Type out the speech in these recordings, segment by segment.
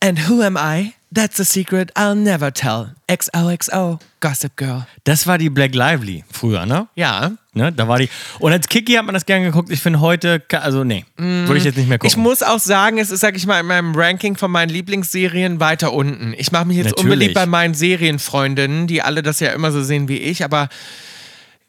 And who am I? That's a secret I'll never tell. XOXO, Gossip Girl. Das war die Black Lively früher, ne? Ja. Ne, da war die. Und als Kiki hat man das gern geguckt. Ich finde heute, ka- also nee, würde ich jetzt nicht mehr gucken. Mm, Ich muss auch sagen, es ist, sag ich mal, in meinem Ranking von meinen Lieblingsserien weiter unten. Ich mache mich jetzt Natürlich. unbeliebt bei meinen Serienfreundinnen, die alle das ja immer so sehen wie ich, aber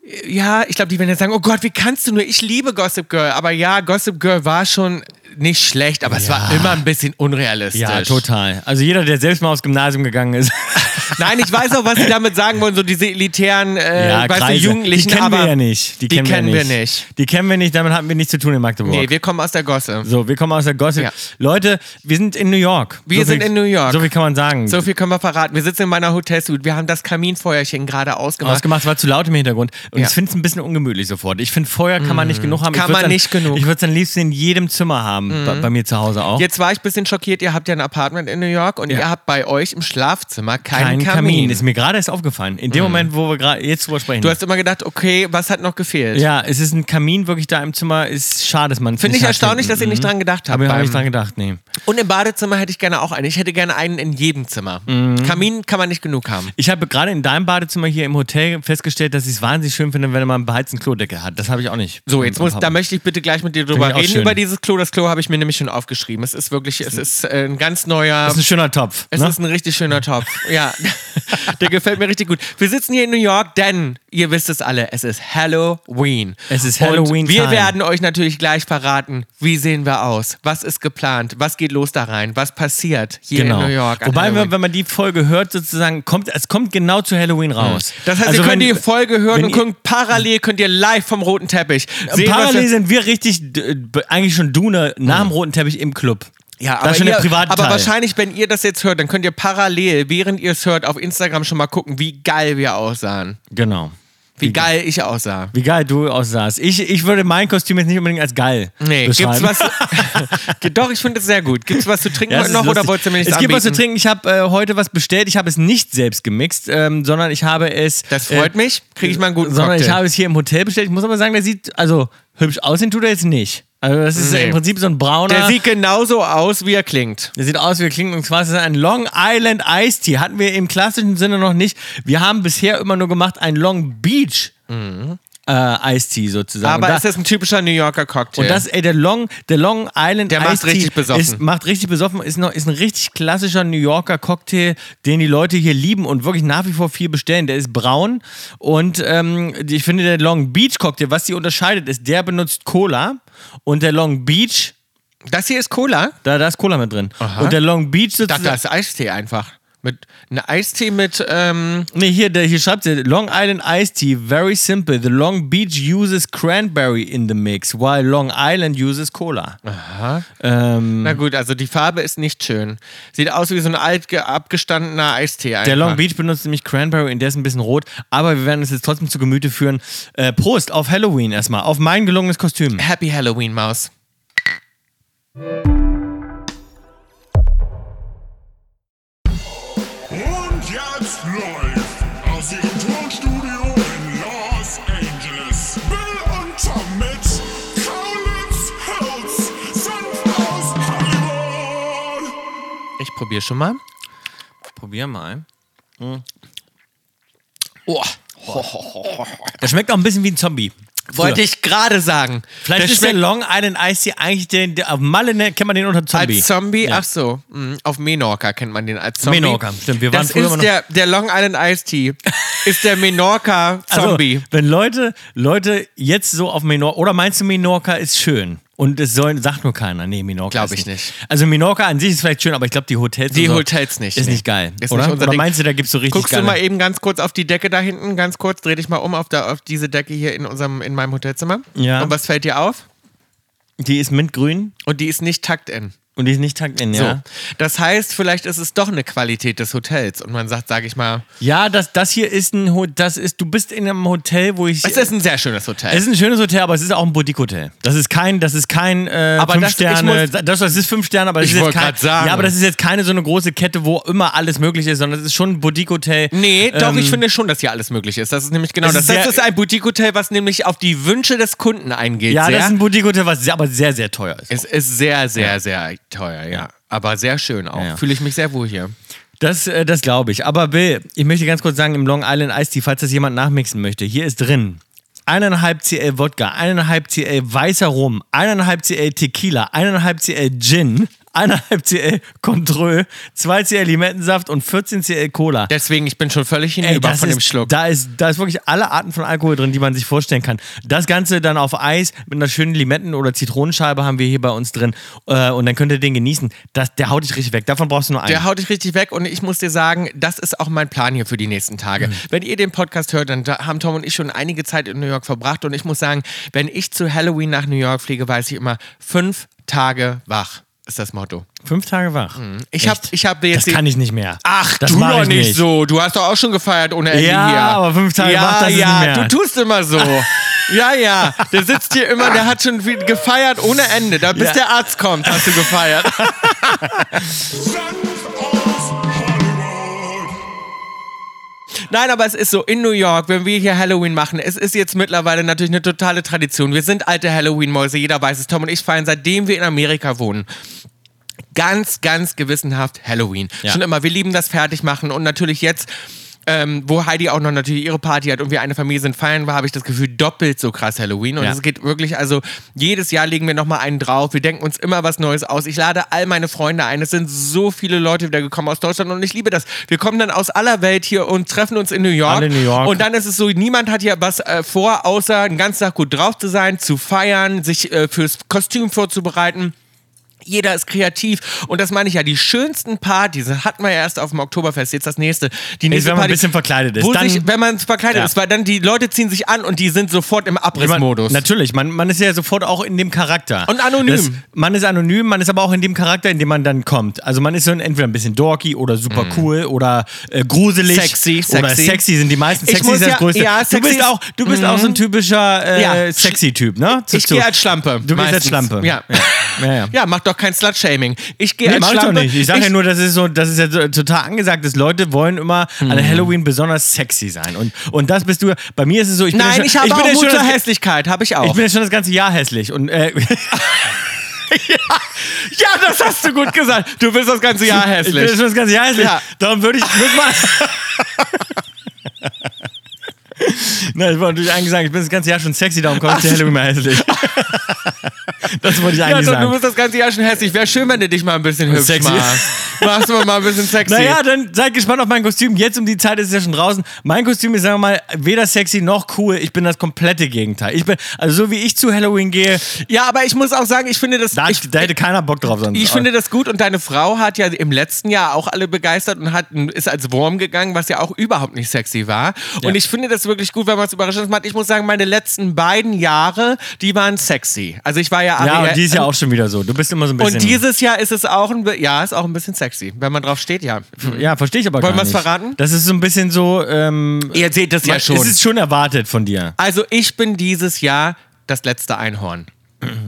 äh, ja, ich glaube, die werden jetzt sagen, oh Gott, wie kannst du nur? Ich liebe Gossip Girl, aber ja, Gossip Girl war schon nicht schlecht, aber es war immer ein bisschen unrealistisch. ja, total. Also jeder, der selbst mal aufs Gymnasium gegangen ist. Nein, ich weiß auch, was sie damit sagen wollen, so diese elitären äh, ja, weißt du, Kreise. Jugendlichen, die kennen aber wir ja nicht. Die, die kennen, kennen wir, wir nicht. nicht. Die kennen wir nicht, damit haben wir nichts zu tun in Magdeburg. nee, wir kommen aus der Gosse. so, wir kommen aus der Gossip. Ja. Leute, wir sind in New York. Wir so sind in New York. So viel kann man sagen. So viel können wir verraten. Wir sitzen in meiner Hotelsuite. Wir haben das Kaminfeuerchen gerade ausgemacht. Ausgemacht, war zu laut im Hintergrund. Und Ja. Mm. ich finde es ein bisschen ungemütlich sofort. Ich finde, Feuer kann man nicht genug haben. Kann Ich würd's man dann- nicht genug. Mm. Ich würde es am liebsten in jedem Zimmer haben, bei, bei mir zu Hause auch. Jetzt war ich ein bisschen schockiert. Ihr habt ja ein Apartment in New York und Ja. ihr habt bei euch im Schlafzimmer Kein keinen Kamin. Kamin. Mhm. Ist mir gerade erst aufgefallen. In dem Moment, wo wir gerade jetzt drüber sprechen. Du hast immer gedacht, okay, was hat noch gefehlt? ja, es ist ein Kamin wirklich da im Zimmer. Ist schade, dass man. Finde ich erstaunlich, dass ihr nicht dran gedacht habt. Aber Mhm. ich habe beim- nicht dran gedacht, nee. Und im Badezimmer hätte ich gerne auch einen. Ich hätte gerne einen in jedem Zimmer. Mhm. Kamin kann man nicht genug haben. Ich habe gerade in deinem Badezimmer hier im Hotel festgestellt, dass ich es wahnsinnig schön finde, wenn man einen beheizten Klodeckel hat. Das habe ich auch nicht. So, jetzt muss, da damit. möchte ich bitte gleich mit dir drüber Mhm. ich auch reden schön. über dieses Klo. Das Klo habe ich mir nämlich schon aufgeschrieben. Es ist wirklich, es ist äh, ein ganz neuer. Das ist ein schöner Topf. Es ne? ist ein richtig schöner Topf. Ja, der gefällt mir richtig gut. Wir sitzen hier in New York, denn ihr wisst es alle, es ist Halloween. Es ist Halloween Und wir time. werden euch natürlich gleich verraten, wie sehen wir aus, was ist geplant, was geht los da rein, was passiert hier in New York. an Genau. Wobei, Halloween. wenn, wenn man die Folge hört, sozusagen, kommt, es kommt genau zu Halloween raus. Mhm. das heißt, Also ihr könnt die wenn- Folge hören wenn und ihr- Äh, gucken, parallel könnt ihr live vom roten Teppich sehen, was Parallel wir- Mhm. sind wir richtig, d- b- eigentlich schon Dune, nach dem roten Teppich im Club. Ja, Das aber, ist schon der ihr, private aber Teil. wahrscheinlich, wenn ihr das jetzt hört, dann könnt ihr parallel, während ihr es hört, auf Instagram schon mal gucken, wie geil wir aussahen. Genau. Wie geil ich aussah. Wie geil du aussahst. Ich, ich würde mein Kostüm jetzt nicht unbedingt als geil Nee, gibt's beschreiben. was? Doch, ich finde es sehr gut. Gibt's was zu trinken Ja, es heute ist noch oder lustig. wolltest du mir nichts Es gibt was zu anbieten? trinken. Ich habe äh, heute was bestellt. Ich habe es nicht selbst gemixt, ähm, sondern ich habe es. äh, Das freut mich. Kriege ich Äh, mal einen guten sondern Cocktail. ich habe es hier im Hotel bestellt. Ich muss aber sagen, der sieht, also hübsch aussehen tut er jetzt nicht. Also das ist Nee. im Prinzip so ein brauner. Der sieht genauso aus, wie er klingt. der sieht aus wie er klingt und zwar ist es ein Long Island Iced Tea. Hatten wir im klassischen Sinne noch nicht. Wir haben bisher immer nur gemacht ein Long Beach äh, Iced Tea sozusagen. Mhm. Aber Und da- es ist ein typischer New Yorker Cocktail. und das, ey, der Long, der Long Island Der macht Iced Tea richtig besoffen. Ist, macht richtig besoffen, ist, noch, ist ein richtig klassischer New Yorker Cocktail, den die Leute hier lieben und wirklich nach wie vor viel bestellen. Der ist braun und ähm, ich finde, der Long Beach Cocktail, was die unterscheidet, ist, der benutzt Cola und der Long Beach, das hier ist Cola. da, da ist Cola mit drin. Und der Long Beach Das, sozusagen. das ist Eistee einfach. Mit ein Eistee mit ähm, Nee, hier, der, hier schreibt sie, Long Island Iced Tea, very simple. The Long Beach uses cranberry in the mix, while Long Island uses Cola. Ähm, na gut, also die Farbe ist nicht schön. Sieht aus wie so ein alt ge- abgestandener Eistee einfach. Der Long Beach benutzt nämlich Cranberry und der ist ein bisschen rot, aber wir werden es jetzt trotzdem zu Gemüte führen. Äh, Prost auf Halloween erstmal, auf mein gelungenes Kostüm. Happy Halloween Maus. Und jetzt läuft aus ihrem Tonstudio in Los Angeles Bill und Tom mit Kaulitz Hills sind aus Hollywood. Ich probiere schon mal. Probier mal. Mhm. Oh, Das schmeckt auch ein bisschen wie ein Zombie. wollte ich gerade sagen. Vielleicht Das ist der Long Island Ice hier eigentlich den, der, auf Malle ne, kennt man den unter Zombie. Als Zombie, Ja. ach so, mhm, auf Menorca kennt man den als Zombie. Menorca, stimmt, wir waren das früher ist immer noch- der, der Long Island Iced Tea. ist der Menorca Also, Zombie. wenn Leute, Leute jetzt so auf Menorca, oder meinst du Menorca ist schön? Und es soll, sagt nur keiner, nee, Menorca Glaub ist ich Also Menorca an sich ist vielleicht schön, aber ich glaube die Hotels die und so- Hotels nicht. Ist nee. nicht geil, Ist oder? nicht unser oder Ding. meinst du, da gibt's so richtig Guckst geile... du mal eben ganz kurz auf die Decke da hinten, ganz kurz, dreh dich mal um auf, da, auf diese Decke hier in, unserem, in meinem Hotelzimmer. Ja. Und was fällt dir auf? e- die ist mintgrün Und die ist nicht takt-in. und die ist nicht tanken, So. ja. Das heißt, vielleicht ist es doch eine Qualität des Hotels. Und man sagt, sage ich mal, Ja, das, das hier ist ein Ho- das ist du bist in einem Hotel, wo ich es ist ein sehr schönes Hotel. es ist ein schönes Hotel, aber es ist auch ein Boutique Hotel. Das ist kein das ist kein äh, Aber fünf das- ich Sterne. muss- das, das ist fünf Sterne, aber das Ich ist jetzt wollt kein grad sagen. Ja, aber das ist jetzt keine so eine große Kette, wo immer alles möglich ist, sondern es ist schon ein Ähm, Boutique Hotel. Nee, doch, ich finde schon, dass hier alles möglich ist. Das ist nämlich genau Es das. ist das sehr- ist ein Boutique-Hotel, was nämlich auf die Wünsche des Kunden eingeht. Ja, sehr. das ist ein Boutique Hotel, was sehr, aber sehr sehr teuer ist. es ist sehr, sehr, sehr teuer, ja. Aber sehr schön auch. Ja. Fühle ich mich sehr wohl hier. Das, äh, das glaube ich. Aber Bill, ich möchte ganz kurz sagen, im Long Island Ice Tea, falls das jemand nachmixen möchte, hier ist drin. 1,5 CL Wodka, 1,5 CL weißer Rum, 1,5 CL Tequila, 1,5 CL Gin, 1,5 CL Control, 2 CL Limettensaft und 14 CL Cola. Deswegen, ich bin schon völlig hinüber das von dem ist, Schluck. Da ist, da ist wirklich alle Arten von Alkohol drin, die man sich vorstellen kann. Das Ganze dann auf Eis mit einer schönen Limetten- oder Zitronenscheibe haben wir hier bei uns drin. Äh, und dann könnt ihr den genießen. Das, der haut dich richtig weg. Davon brauchst du nur einen. Der haut dich richtig weg und ich muss dir sagen, das ist auch mein Plan hier für die nächsten Mhm. Tage. Wenn ihr den Podcast hört, dann da- haben Tom und ich schon einige Zeit in New York verbracht und ich muss sagen, wenn ich zu Halloween nach New York fliege, weiß ich immer, fünf Tage wach ist das Motto. Fünf Tage wach. Hm. Ich habe ich hab jetzt Das kann ich nicht mehr. Ach, das tu mach doch ich nicht, so. Du hast doch auch schon gefeiert ohne Ende Ja, hier. aber fünf Tage ja, macht das nicht ja, mehr. du tust immer so. Ja, ja, der sitzt hier immer, der hat schon viel gefeiert ohne Ende. Da, bis Ja. der Arzt kommt, hast du gefeiert. Senf aus Hollywood. Nein, aber es ist so, in New York, wenn wir hier Halloween machen, es ist jetzt mittlerweile natürlich eine totale Tradition. Wir sind alte Halloween-Mäuse, jeder weiß es. Tom und ich feiern, seitdem wir in Amerika wohnen. Ganz, ganz gewissenhaft Halloween. Ja. Schon immer, wir lieben das Fertigmachen und natürlich jetzt. Ähm, wo Heidi auch noch natürlich ihre Party hat und wir eine Familie sind, feiern wir, habe ich das Gefühl, doppelt so krass Halloween. Und Ja. es geht wirklich, also jedes Jahr legen wir nochmal einen drauf. Wir denken uns immer was Neues aus. Ich lade all meine Freunde ein. Es sind so viele Leute wieder gekommen aus Deutschland und ich liebe das. Wir kommen dann aus aller Welt hier und treffen uns in New York. Alle in New York. Und dann ist es so, niemand hat hier was äh, vor, außer den ganzen Tag gut drauf zu sein, zu feiern, sich äh, fürs Kostüm vorzubereiten. Jeder ist kreativ und das meine ich ja. Die schönsten Partys hatten wir ja erst auf dem Oktoberfest. Jetzt das nächste. Die nächste wenn man ein Party, bisschen verkleidet ist, Wo dann- sich, wenn man verkleidet Ja. ist, weil dann die Leute ziehen sich an und die sind sofort im Man- Abrissmodus. Natürlich, man, man ist ja sofort auch in dem Charakter. Und anonym. Das, man ist anonym, man ist aber auch in dem Charakter, in dem man dann kommt. Also man ist so ein, entweder ein bisschen dorky oder super cool oder äh, gruselig. Hm. Sexy, Oder sexy. sexy sind die meisten. Ich Sexy muss ist das ja- Größte. ja, du sexy bist ist- Mhm. auch, du bist auch so ein typischer äh, Ja. sexy Typ, ne? Ich gehe als Schlampe. Du bist als meistens. Schlampe. Ja. ja, ja. Ja, mach doch kein Slut-Shaming. Ich gehe Nee, als mach ich doch Schlampe. nicht. Ich sage ja nur, das ist so, das ist ja so, total angesagt, dass Leute wollen immer an Mhm. Halloween besonders sexy sein. Und, und das bist du. Bei mir ist es so, ich bin ja Nein, schon, ich habe bin auch ja schon Mut zur das- Hässlichkeit, habe ich Ich auch. bin ja schon das ganze Jahr hässlich. Und äh, ja, das hast du gut gesagt. Du bist das ganze Jahr Ich bin hässlich. schon das ganze Jahr hässlich. Ja. Darum würde ich. Würd mal Nein, ich wollte natürlich eigentlich sagen, ich bin das ganze Jahr schon sexy, darum komme ich zu Halloween mal hässlich. das wollte ich Ja, eigentlich doch, du sagen. bist das ganze Jahr schon hässlich. Wäre schön, wenn du dich mal ein bisschen hübsch Sexy. machst. Machst du mal ein bisschen sexy. Naja, dann seid gespannt auf mein Kostüm. Jetzt um die Zeit ist es ja schon draußen. Mein Kostüm ist, sagen wir mal, weder sexy noch cool. Ich bin das komplette Gegenteil. Ich bin, also so wie ich zu Halloween gehe, Ja, aber ich muss auch sagen, ich finde das. da, ich, da hätte keiner Bock drauf sonst. ich finde das gut und deine Frau hat ja im letzten Jahr auch alle begeistert und hat, ist als Wurm gegangen, was ja auch überhaupt nicht sexy war. Und ich finde das wirklich gut, wenn man es überraschend macht. Ich muss sagen, meine letzten beiden Jahre, die waren sexy. Also ich war ja ja, Ariel- und die ist ja auch schon wieder so. Du bist immer so ein bisschen. Und dieses Jahr ist es auch ein, bi- ja, ist auch ein bisschen sexy, wenn man drauf steht, ja. ja, verstehe ich aber Wollen gar wir's nicht. verraten? Das ist so ein bisschen so. Ähm, Ihr seht das ja Es schon. ist schon erwartet von dir. Also ich bin dieses Jahr das letzte Einhorn.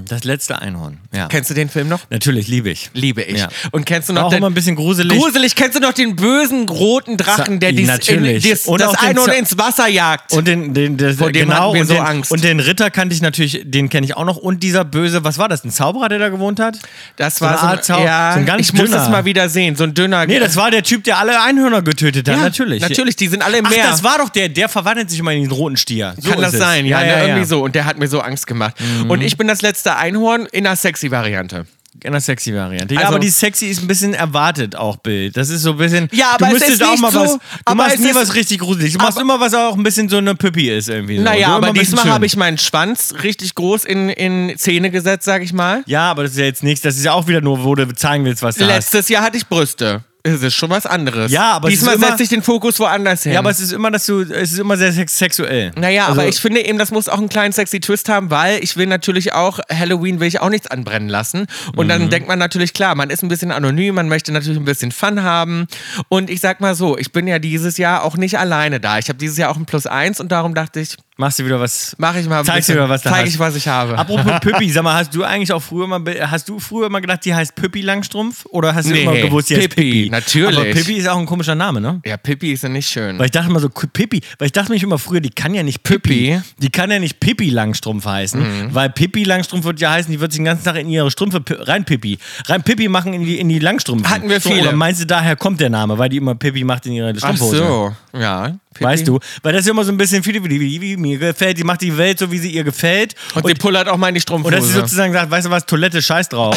Das letzte Einhorn. Ja. Kennst du den Film noch? Natürlich, liebe ich. Liebe ich. Ja. Und kennst du noch Auch den, immer ein bisschen gruselig. Gruselig, kennst du noch den bösen roten Drachen, der dies Natürlich. In, dies, Und das auch den Einhorn Za- ins Wasser jagt? und den, den, das, Vor dem genau, hatten wir und so den, Angst. Und den Ritter kannte ich natürlich, den kenne ich auch noch. Und dieser böse, was war das, ein Zauberer, der da gewohnt hat? das war eine so ein, Art Zau- ja, so ein ganz ich muss dünner. das mal wieder sehen, so ein dünner. Nee, das war der Typ, der alle Einhörner getötet hat, ja, Äh, natürlich. Natürlich, die sind alle im Ach, Meer. das war doch der, der verwandelt sich immer in den roten Stier. So Kann ist das es. sein? Ja, ne, irgendwie so. Und der hat mir so Angst gemacht. Mhm. Und ich bin das letzte Einhorn in einer sexy Variante. In der sexy Variante. Ja, Also- aber die sexy ist ein bisschen erwartet auch, Bild. Das ist so ein bisschen. Ja, aber du es müsstest ist auch nicht mal so- was. Du aber machst es nie ist- was richtig Gruseliges. Du machst immer was auch ein bisschen so eine Püppi ist irgendwie. So. Naja, so aber diesmal habe ich ich meinen Schwanz richtig groß in, in Szene gesetzt, sag ich mal. Ja, aber das ist ja jetzt nichts. Das ist ja auch wieder nur, wo du zeigen willst, was du hast. Letztes Jahr hatte ich Brüste. Es ist schon was anderes. Ja, aber es diesmal ist immer- setze ich den Fokus woanders hin. Ja, aber es ist immer, dass du, es ist immer sehr sex sexuell. naja, Also- aber ich finde eben, das muss auch einen kleinen sexy Twist haben, weil ich will natürlich auch, Halloween will ich auch nichts anbrennen lassen. Und Mhm. dann denkt man natürlich, klar, man ist ein bisschen anonym, man möchte natürlich ein bisschen Fun haben. Und ich sag mal so, ich bin ja dieses Jahr auch nicht alleine da. Ich habe dieses Jahr auch ein Plus eins und darum dachte ich, Machst du wieder was? Mach ich mal ein Zeigst bisschen- du mir, was du zeig hast. ich, was ich habe. Apropos Püppi, sag mal, hast du eigentlich auch früher mal, be- hast du früher mal gedacht, die heißt Püppi Langstrumpf? Oder hast du Nee, immer gewusst, die heißt Pippi, Pippi? natürlich. Aber Pippi ist auch ein komischer Name, ne? ja, Pippi ist ja nicht schön. Weil ich dachte immer so, K- Pippi, weil ich dachte mich immer früher, die kann ja nicht Pippi, Pippi? die kann ja nicht Pippi Langstrumpf heißen, Mhm. weil Pippi Langstrumpf wird ja heißen, die wird sich den ganzen Tag in ihre Strümpfe pi- rein Pippi, rein Pippi machen in die, in die Langstrümpfe. Hatten wir viele. So, oder meinst du, daher kommt der Name, weil die immer Pippi macht in ihre Ach Strumpfhose? so, ja. Pippi. Weißt du, weil das ist ja immer so ein bisschen viele, wie, wie, wie mir gefällt, die macht die Welt so, wie sie ihr gefällt. Und, sie pullert auch mal in die Und Strumpfhose. dass sie sozusagen sagt, weißt du was, Toilette, scheiß drauf.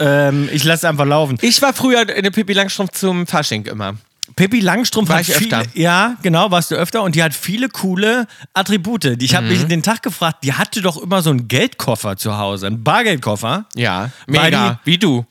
ähm, ich lasse einfach laufen. ich war früher in der Pippi Langstrumpf zum Fasching immer. Pippi Langstrumpf War hat ich viele, öfter. Ja, genau, warst du öfter. Und die hat viele coole Attribute. Die- Ich habe Mhm. mich den Tag gefragt, die hatte doch immer so einen Geldkoffer zu Hause, einen Bargeldkoffer. Ja, Weil mega. Wie du.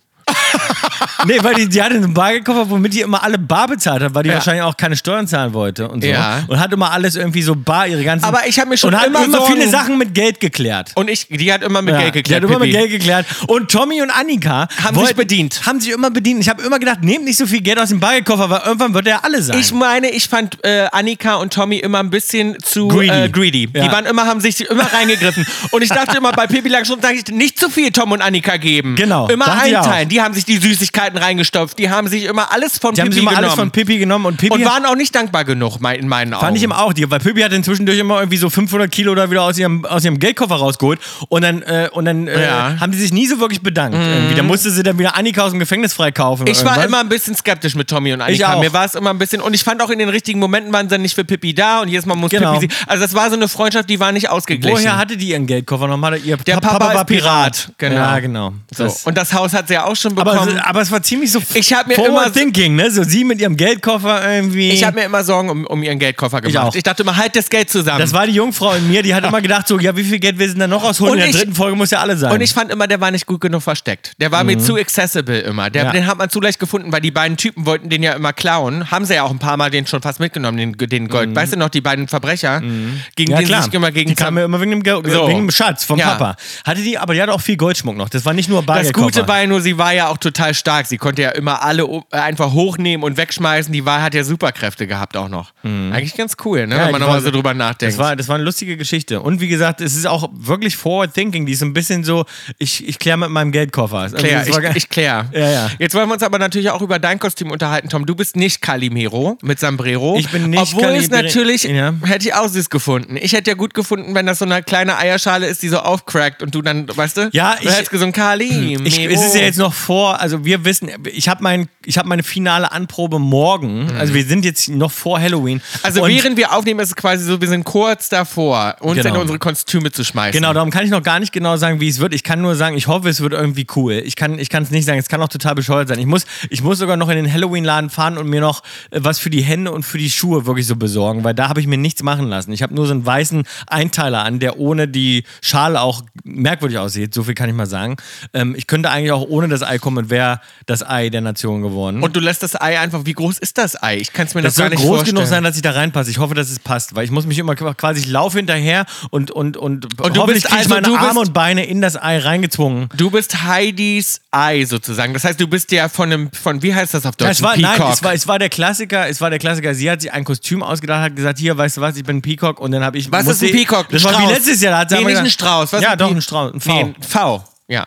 Nee, weil die, die hatte einen Bargeldkoffer, womit die immer alle bar bezahlt hat, weil die Ja. wahrscheinlich auch keine Steuern zahlen wollte und so. Ja. Und hat immer alles irgendwie so bar, ihre ganzen... Aber ich hab mir schon Und hat immer Sorgen- viele Sachen mit Geld geklärt. Und ich, die hat immer mit Ja, Geld geklärt. Die hat immer mit Pippi. Geld geklärt. Und Tommy und Annika Haben sich bedient. Haben sich immer bedient. Ich habe immer gedacht, nehmt nicht so viel Geld aus dem Bargeldkoffer, weil irgendwann wird er alle sein. Ich meine, ich fand äh, Annika und Tommy immer ein bisschen zu Greedy. greedy. Äh, greedy. Ja. Die waren immer, haben sich immer reingegriffen. und ich dachte immer, bei Pippi Langstrumpf sage ich, nicht zu viel Tom und Annika geben. Genau, Immer dachte ich auch. einteilen. Die haben sich die Süßigkeiten reingestopft. Die haben sich immer alles von die haben Pippi sich immer genommen. alles von Pippi genommen und Pippi und waren auch nicht dankbar genug, mein, in meinen Augen. Fand ich eben auch, die, weil Püppi hat dann zwischendurch immer irgendwie so 500 Kilo da wieder aus ihrem, aus ihrem Geldkoffer rausgeholt und dann, äh, und dann äh, Ja. Mhm. haben die sich nie so wirklich bedankt. Irgendwie. Da musste sie dann wieder Annika aus dem Gefängnis freikaufen. oder Ich war irgendwas. immer ein bisschen skeptisch mit Tommy und Annika. Ich auch. Mir war es immer ein bisschen. Und ich fand auch in den richtigen Momenten waren sie nicht für Pippi da und jedes Mal muss Genau. Pippi sie. Also, das war so eine Freundschaft, die war nicht ausgeglichen. Woher hatte die ihren Geldkoffer nochmal? Ihr Der Pa- Papa ist Pirat. Genau. Genau. Ja, genau. so. Das- Und das Haus hat sie ja auch schon aber, bekommen. es- aber es war ziemlich so Ich hab mir forward immer- thinking, ne? So sie mit ihrem Geldkoffer irgendwie. ich habe mir immer Sorgen um, um ihren Geldkoffer gemacht. auch. Ich dachte immer, halt das Geld zusammen. das war die Jungfrau in mir, die hat immer gedacht, so, ja, wie viel Geld willst du denn da noch rausholen? Und in der ich- dritten Folge muss ja alle sein. und ich fand immer, der war nicht gut genug versteckt. Der war mir zu accessible immer. Der, Mhm. Ja. Den hat man zu leicht gefunden, weil die beiden Typen wollten den ja immer klauen. Haben sie ja auch ein paar Mal den schon fast mitgenommen, den, den Gold. Weißt du noch, die beiden Verbrecher, gegen Mhm. Ja, die sie klar. sich immer gegen die kam ja immer wegen dem, Ge So. wegen dem Schatz vom Ja. Papa. Hatte die, aber die hatte auch viel Goldschmuck noch. Das war nicht nur Das Bargeld. Gute war ja nur, sie war ja auch total stark. Sie konnte ja immer alle o- äh, einfach hochnehmen und wegschmeißen. Die war, hat ja Superkräfte gehabt auch noch. Mhm. Eigentlich ganz cool, ne? wenn man nochmal so drüber nachdenkt. Das war, das war eine lustige Geschichte. Und wie gesagt, es ist auch wirklich Forward Thinking. Die ist so ein bisschen so, ich, ich kläre mit meinem Geldkoffer. Also Claire, das war ge- ich, ich Claire. Ja, ja. Jetzt wollen wir uns aber natürlich auch über dein Kostüm unterhalten, Tom. Du bist nicht Calimero mit Sombrero. Ich bin nicht Obwohl es Calimero- natürlich, Ja. hätte ich auch süß gefunden. Ich hätte ja gut gefunden, wenn das so eine kleine Eierschale ist, die so aufcrackt und du dann, weißt du? Ja, du ich- hättest gesungen, Calimero. ich, es ist ja jetzt noch vor, also wir wissen, ich habe mein, ich hab meine finale Anprobe morgen. Also wir sind jetzt noch vor Halloween. Mhm. also Und- während wir aufnehmen, ist es quasi so, wir sind kurz davor, uns in Genau. unsere Kostüme zu schmeißen. Genau, darum kann ich noch gar nicht genau sagen, wie es wird. Ich kann nur sagen, ich hoffe, es wird irgendwie cool. Ich kann ich kann es nicht sagen, es kann auch total bescheuert sein. Ich muss, ich muss sogar noch in den Halloween-Laden fahren und mir noch äh, was für die Hände und für die Schuhe wirklich so besorgen, weil da habe ich mir nichts machen lassen. Ich habe nur so einen weißen Einteiler an, der ohne die Schale auch merkwürdig aussieht. So viel kann ich mal sagen. Ähm, ich könnte eigentlich auch ohne das Ei kommen und wäre das Ei der Nation geworden. Und du lässt das Ei einfach, wie groß ist das Ei? Ich kann es mir Das noch soll gar groß nicht vorstellen. genug sein, dass ich da reinpasse. Ich hoffe, dass es passt, weil ich muss mich immer quasi, ich laufe hinterher und und und, Und du hoffentlich bist krieg ich also- meine du bist- Arme und Beine in das Ei reingezwungen. Du bist Heidis Ei sozusagen. Das heißt, du bist ja von einem, von wie heißt das auf Deutsch? Es war, Ein nein, es war, es war der Klassiker, es war der Klassiker. Sie hat sich ein Kostüm ausgedacht, hat gesagt, hier, weißt du was, ich bin ein Peacock und dann habe ich. was ist musste- ein Peacock? Das Ein war wie Strauß. letztes Jahr. Da hat sie nee, einmal nicht ein gesagt- Strauß. Was ja, ein doch, Pi- ein Strauß. Ein V. Nee, ein V. Ja.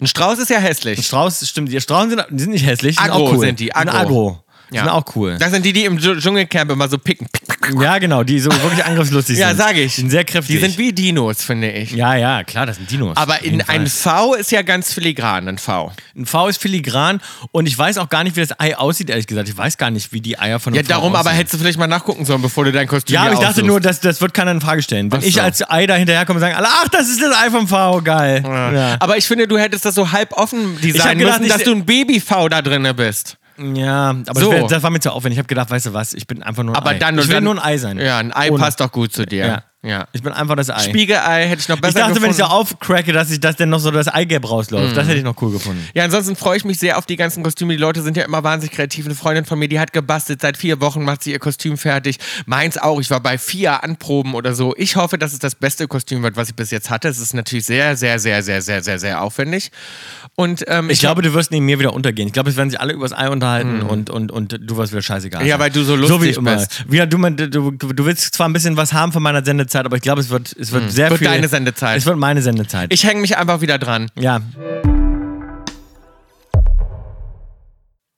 Ein Strauß ist ja hässlich. Strauß, stimmt. Die Straußen sind, die sind nicht hässlich, die sind Agro auch cool. sind die, Sind Agro. Agro. Die Ja. Sind auch cool. Das sind die, die im Dschung- Dschungelcamp immer so picken. Ja, genau, die so wirklich angriffslustig Ja, sind. sag ich. Die sind sehr kräftig. Die sind wie Dinos, finde ich. ja, ja, klar, das sind Dinos. Aber Auf in jeden Fall. ein V ist ja ganz filigran, ein V. Ein V ist filigran und ich weiß auch gar nicht, wie das Ei aussieht, ehrlich gesagt. Ich weiß gar nicht, wie die Eier von einem Ja, V darum aber aussehen. hättest du vielleicht mal nachgucken sollen, bevor du dein Kostüm Ja, aber hier ich dachte aussuchst. nur, das, das wird keiner in Frage stellen. Wenn Ach ich so. als Ei da hinterherkomme und sagen alle, ach, das ist das Ei vom V, geil. Ja. Aber ich finde, du hättest das so halb offen Ich hab designen gedacht, müssen, ich- dass du ein Baby-V da drinne bist. Ja, aber So. das, wär, das war mir zu aufwendig. Ich habe gedacht, weißt du was, ich bin einfach nur ein Aber Ei. dann ich will dann, nur ein Ei sein. Ja, ein Ei Ohne. passt doch gut zu dir. Ja. Ja. Ich bin einfach das Ei. Spiegelei hätte ich noch besser ich dachte, gefunden. Hm. wenn ich da aufcracke, dass ich das dann noch so das Eigelb rausläuft. Das hätte ich noch cool gefunden. ja, ansonsten freue ich mich sehr auf die ganzen Kostüme. Die Leute sind ja immer wahnsinnig kreativ. Eine Freundin von mir, die hat gebastelt. Seit vier Wochen macht sie ihr Kostüm fertig. Meins auch. Ich war bei vier Anproben oder so. Ich hoffe, dass es das beste Kostüm wird, was ich bis jetzt hatte. Es ist natürlich sehr, sehr, sehr, sehr, sehr, sehr, sehr aufwendig. Und ähm, Ich glaube, du wirst neben mir wieder untergehen. Ich glaube, es werden sich alle übers Ei unterhalten und, und, und du wirst wieder scheißegal. Hm. Ja, sein. weil du so so wie lustig immer. bist. Wieder, du, du, du willst zwar ein bisschen was haben von meiner Sendezeit, aber ich glaube, es wird, es wird sehr Hm. Wird viel. deine Sendezeit. Es wird meine Sendezeit. Ich hänge mich einfach wieder dran. ja.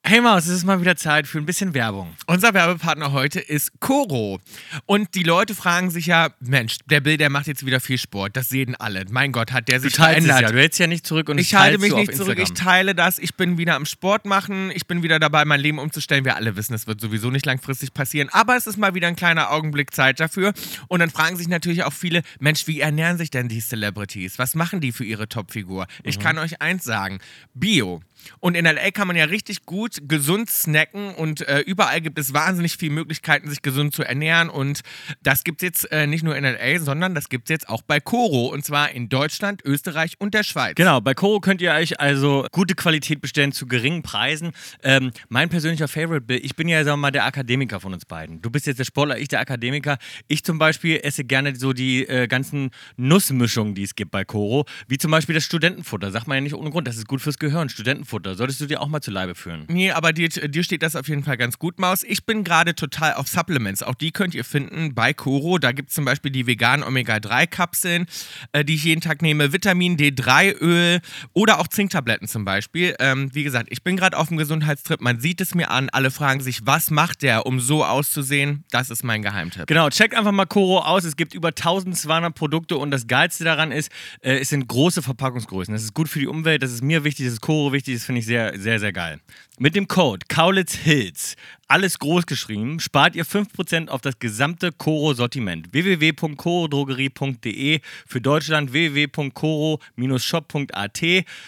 Hey Maus, es ist mal wieder Zeit für ein bisschen Werbung. Unser Werbepartner heute ist Coro. Und die Leute fragen sich ja, Mensch, der Bill, der macht jetzt wieder viel Sport. Das sehen alle. Mein Gott, hat der sich verändert. Du hältst ja nicht zurück und Ich halte mich nicht zurück, ich teile das, ich bin wieder am Sport machen, ich bin wieder dabei, mein Leben umzustellen. Wir alle wissen, es wird sowieso nicht langfristig passieren, aber es ist mal wieder ein kleiner Augenblick Zeit dafür. Und dann fragen sich natürlich auch viele, Mensch, wie ernähren sich denn die Celebrities? Was machen die für ihre Topfigur? Ich kann euch eins sagen, Bio. Und in LA kann man ja richtig gut gesund snacken und äh, überall gibt es wahnsinnig viele Möglichkeiten, sich gesund zu ernähren. Und das gibt es jetzt äh, nicht nur in LA, sondern das gibt es jetzt auch bei Coro und zwar in Deutschland, Österreich und der Schweiz. Genau, bei Koro könnt ihr euch also gute Qualität bestellen zu geringen Preisen. Ähm, mein persönlicher Favorite, Bill, ich bin ja, sagen wir mal, der Akademiker von uns beiden. Du bist jetzt der Sportler, ich der Akademiker. Ich zum Beispiel esse gerne so die äh, ganzen Nussmischungen, die es gibt bei Koro, wie zum Beispiel das Studentenfutter. Sagt man ja nicht ohne Grund, das ist gut fürs Gehirn. Studentenfutter, solltest du dir auch mal zu Leibe führen. Nee, aber dir, dir steht das auf jeden Fall ganz gut, Maus. Ich bin gerade total auf Supplements. Auch die könnt ihr finden bei Coro. Da gibt es zum Beispiel die veganen Omega-3-Kapseln, äh, die ich jeden Tag nehme, Vitamin D3-Öl oder auch Zinktabletten zum Beispiel. Ähm, wie gesagt, ich bin gerade auf dem Gesundheitstrip. Man sieht es mir an. Alle fragen sich, was macht der, um so auszusehen? Das ist mein Geheimtipp. Genau, checkt einfach mal Koro aus. Es gibt über 1200 Produkte und das Geilste daran ist, äh, es sind große Verpackungsgrößen. Das ist gut für die Umwelt, das ist mir wichtig, das ist Koro wichtig, das finde ich sehr, sehr, sehr geil. Mit dem Code Kaulitz Hills, alles groß geschrieben, spart ihr 5% auf das gesamte Koro-Sortiment. www.korodrogerie.de für Deutschland, www.koro-shop.at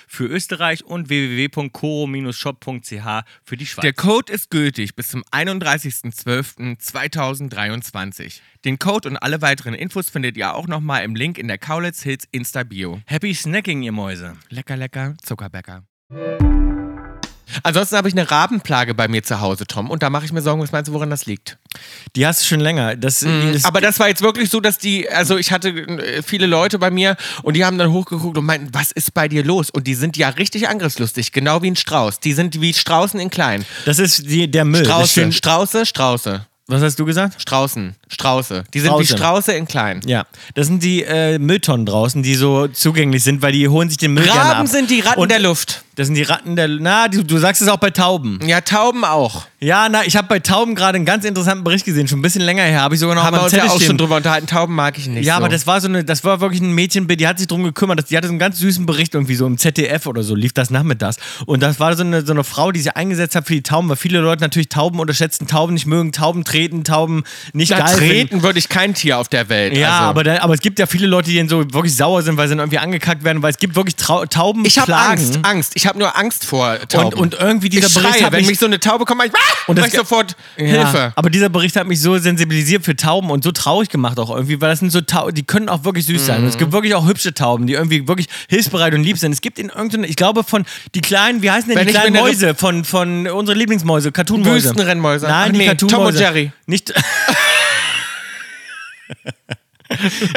für Österreich und www.koro-shop.ch für die Schweiz. Der Code ist gültig bis zum 31.12.2023. Den Code und alle weiteren Infos findet ihr auch nochmal im Link in der Kaulitz Hills Insta-Bio. Happy Snacking, ihr Mäuse. Lecker, lecker, Zuckerbäcker. Ansonsten habe ich eine Rabenplage bei mir zu Hause, Tom, und da mache ich mir Sorgen, was meinst du, woran das liegt? Die hast du schon länger. Das, das Aber das war jetzt wirklich so, dass die, also ich hatte äh, viele Leute bei mir und die haben dann hochgeguckt und meinten, was ist bei dir los? Und die sind ja richtig angriffslustig, genau wie ein Strauß. Die sind wie Straußen in klein. Das ist die, der Müll. Das Strauße, stimmt. Strauße, Strauße, Was hast du gesagt? Straußen, Strauße. Die sind wie Strauße. Strauße in klein. Ja, das sind die äh, Mülltonnen draußen, die so zugänglich sind, weil die holen sich den Müll gerne ab. Raben sind die Ratten Und der Luft. Das sind die Ratten der... Na, du, du sagst es auch bei Tauben. Ja, Tauben auch. Ja, na, ich habe bei Tauben gerade einen ganz interessanten Bericht gesehen, schon ein bisschen länger her, habe ich sogar noch auf Haben wir meinem uns Zettel ja auch stehen. schon drüber unterhalten. Tauben mag ich nicht. ja, so. aber das war so eine, das war wirklich ein Mädchenbild, die hat sich drum gekümmert, das- die hatte so einen ganz süßen Bericht irgendwie so im ZDF oder so, lief das nachmittags. Und das war so eine, so eine Frau, die sich eingesetzt hat für die Tauben, weil viele Leute natürlich Tauben unterschätzen, Tauben nicht mögen, Tauben treten, Tauben nicht Na, geil finden. treten würde ich kein Tier auf der Welt. Ja, also. aber, dann, aber es gibt ja viele Leute, die dann so wirklich sauer sind, weil sie dann irgendwie angekackt werden, weil es gibt wirklich Trau Tauben. Ich habe Plagen. Angst, Angst. Ich habe nur Angst vor Und, Tauben. und irgendwie dieser ich Bericht schreie, hat wenn mich, mich so eine Taube kommt, mach ich, ah! Und das mach ich ge- sofort ja, Hilfe. Aber dieser Bericht hat mich so sensibilisiert für Tauben und so traurig gemacht auch irgendwie, weil das sind so Tauben, die können auch wirklich süß sein. Und Mhm. es gibt wirklich auch hübsche Tauben, die irgendwie wirklich hilfsbereit und lieb sind. Es gibt in irgendeiner, ich glaube von die kleinen, wie heißen denn Wenn die ich kleinen mir eine- Mäuse von von unsere Lieblingsmäuse, Cartoonmäuse. Wüstenrennmäuse. Nein, Ach die nee, Cartoonmäuse. Tom und Jerry. Nicht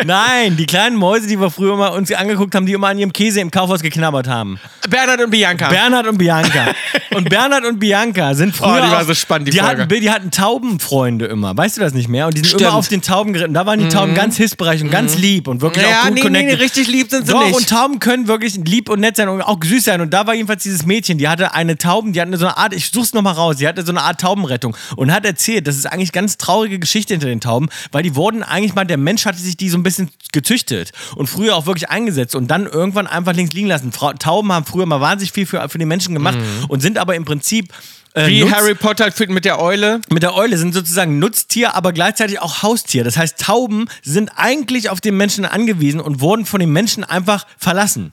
Nein, die kleinen Mäuse, die wir früher mal uns angeguckt haben, die immer an ihrem Käse im Kaufhaus geknabbert haben. Bernhard und Bianca. Bernhard und Bianca. Und Bernhard und Bianca sind früher. Oh, die war auch- so spannend, die die Folge. hatten, Bill- die hatten Taubenfreunde immer. Weißt du das nicht mehr? Und die sind Stimmt. Mhm. immer auf den Tauben geritten. Da waren die Tauben ganz hilfsbereit und ganz lieb und wirklich auch ja, gut nee, nee, nee, connected. richtig lieb sind sie Doch, nicht. und Tauben können wirklich lieb und nett sein und auch süß sein. Und da war jedenfalls dieses Mädchen, die hatte eine Tauben, die hatte so eine Art, ich such's nochmal raus, die hatte so eine Art Taubenrettung und hat erzählt, das ist eigentlich ganz traurige Geschichte hinter den Tauben, weil die wurden eigentlich mal, der Mensch hatte sich die so ein bisschen gezüchtet und früher auch wirklich eingesetzt und dann irgendwann einfach links liegen lassen. Frau, Tauben haben früher mal wahnsinnig viel für, für den Menschen gemacht und sind aber im Prinzip. äh, Mhm. Wie nutz- Harry Potter fit mit der Eule. mit der Eule sind sozusagen Nutztier, aber gleichzeitig auch Haustier. Das heißt, Tauben sind eigentlich auf den Menschen angewiesen und wurden von den Menschen einfach verlassen.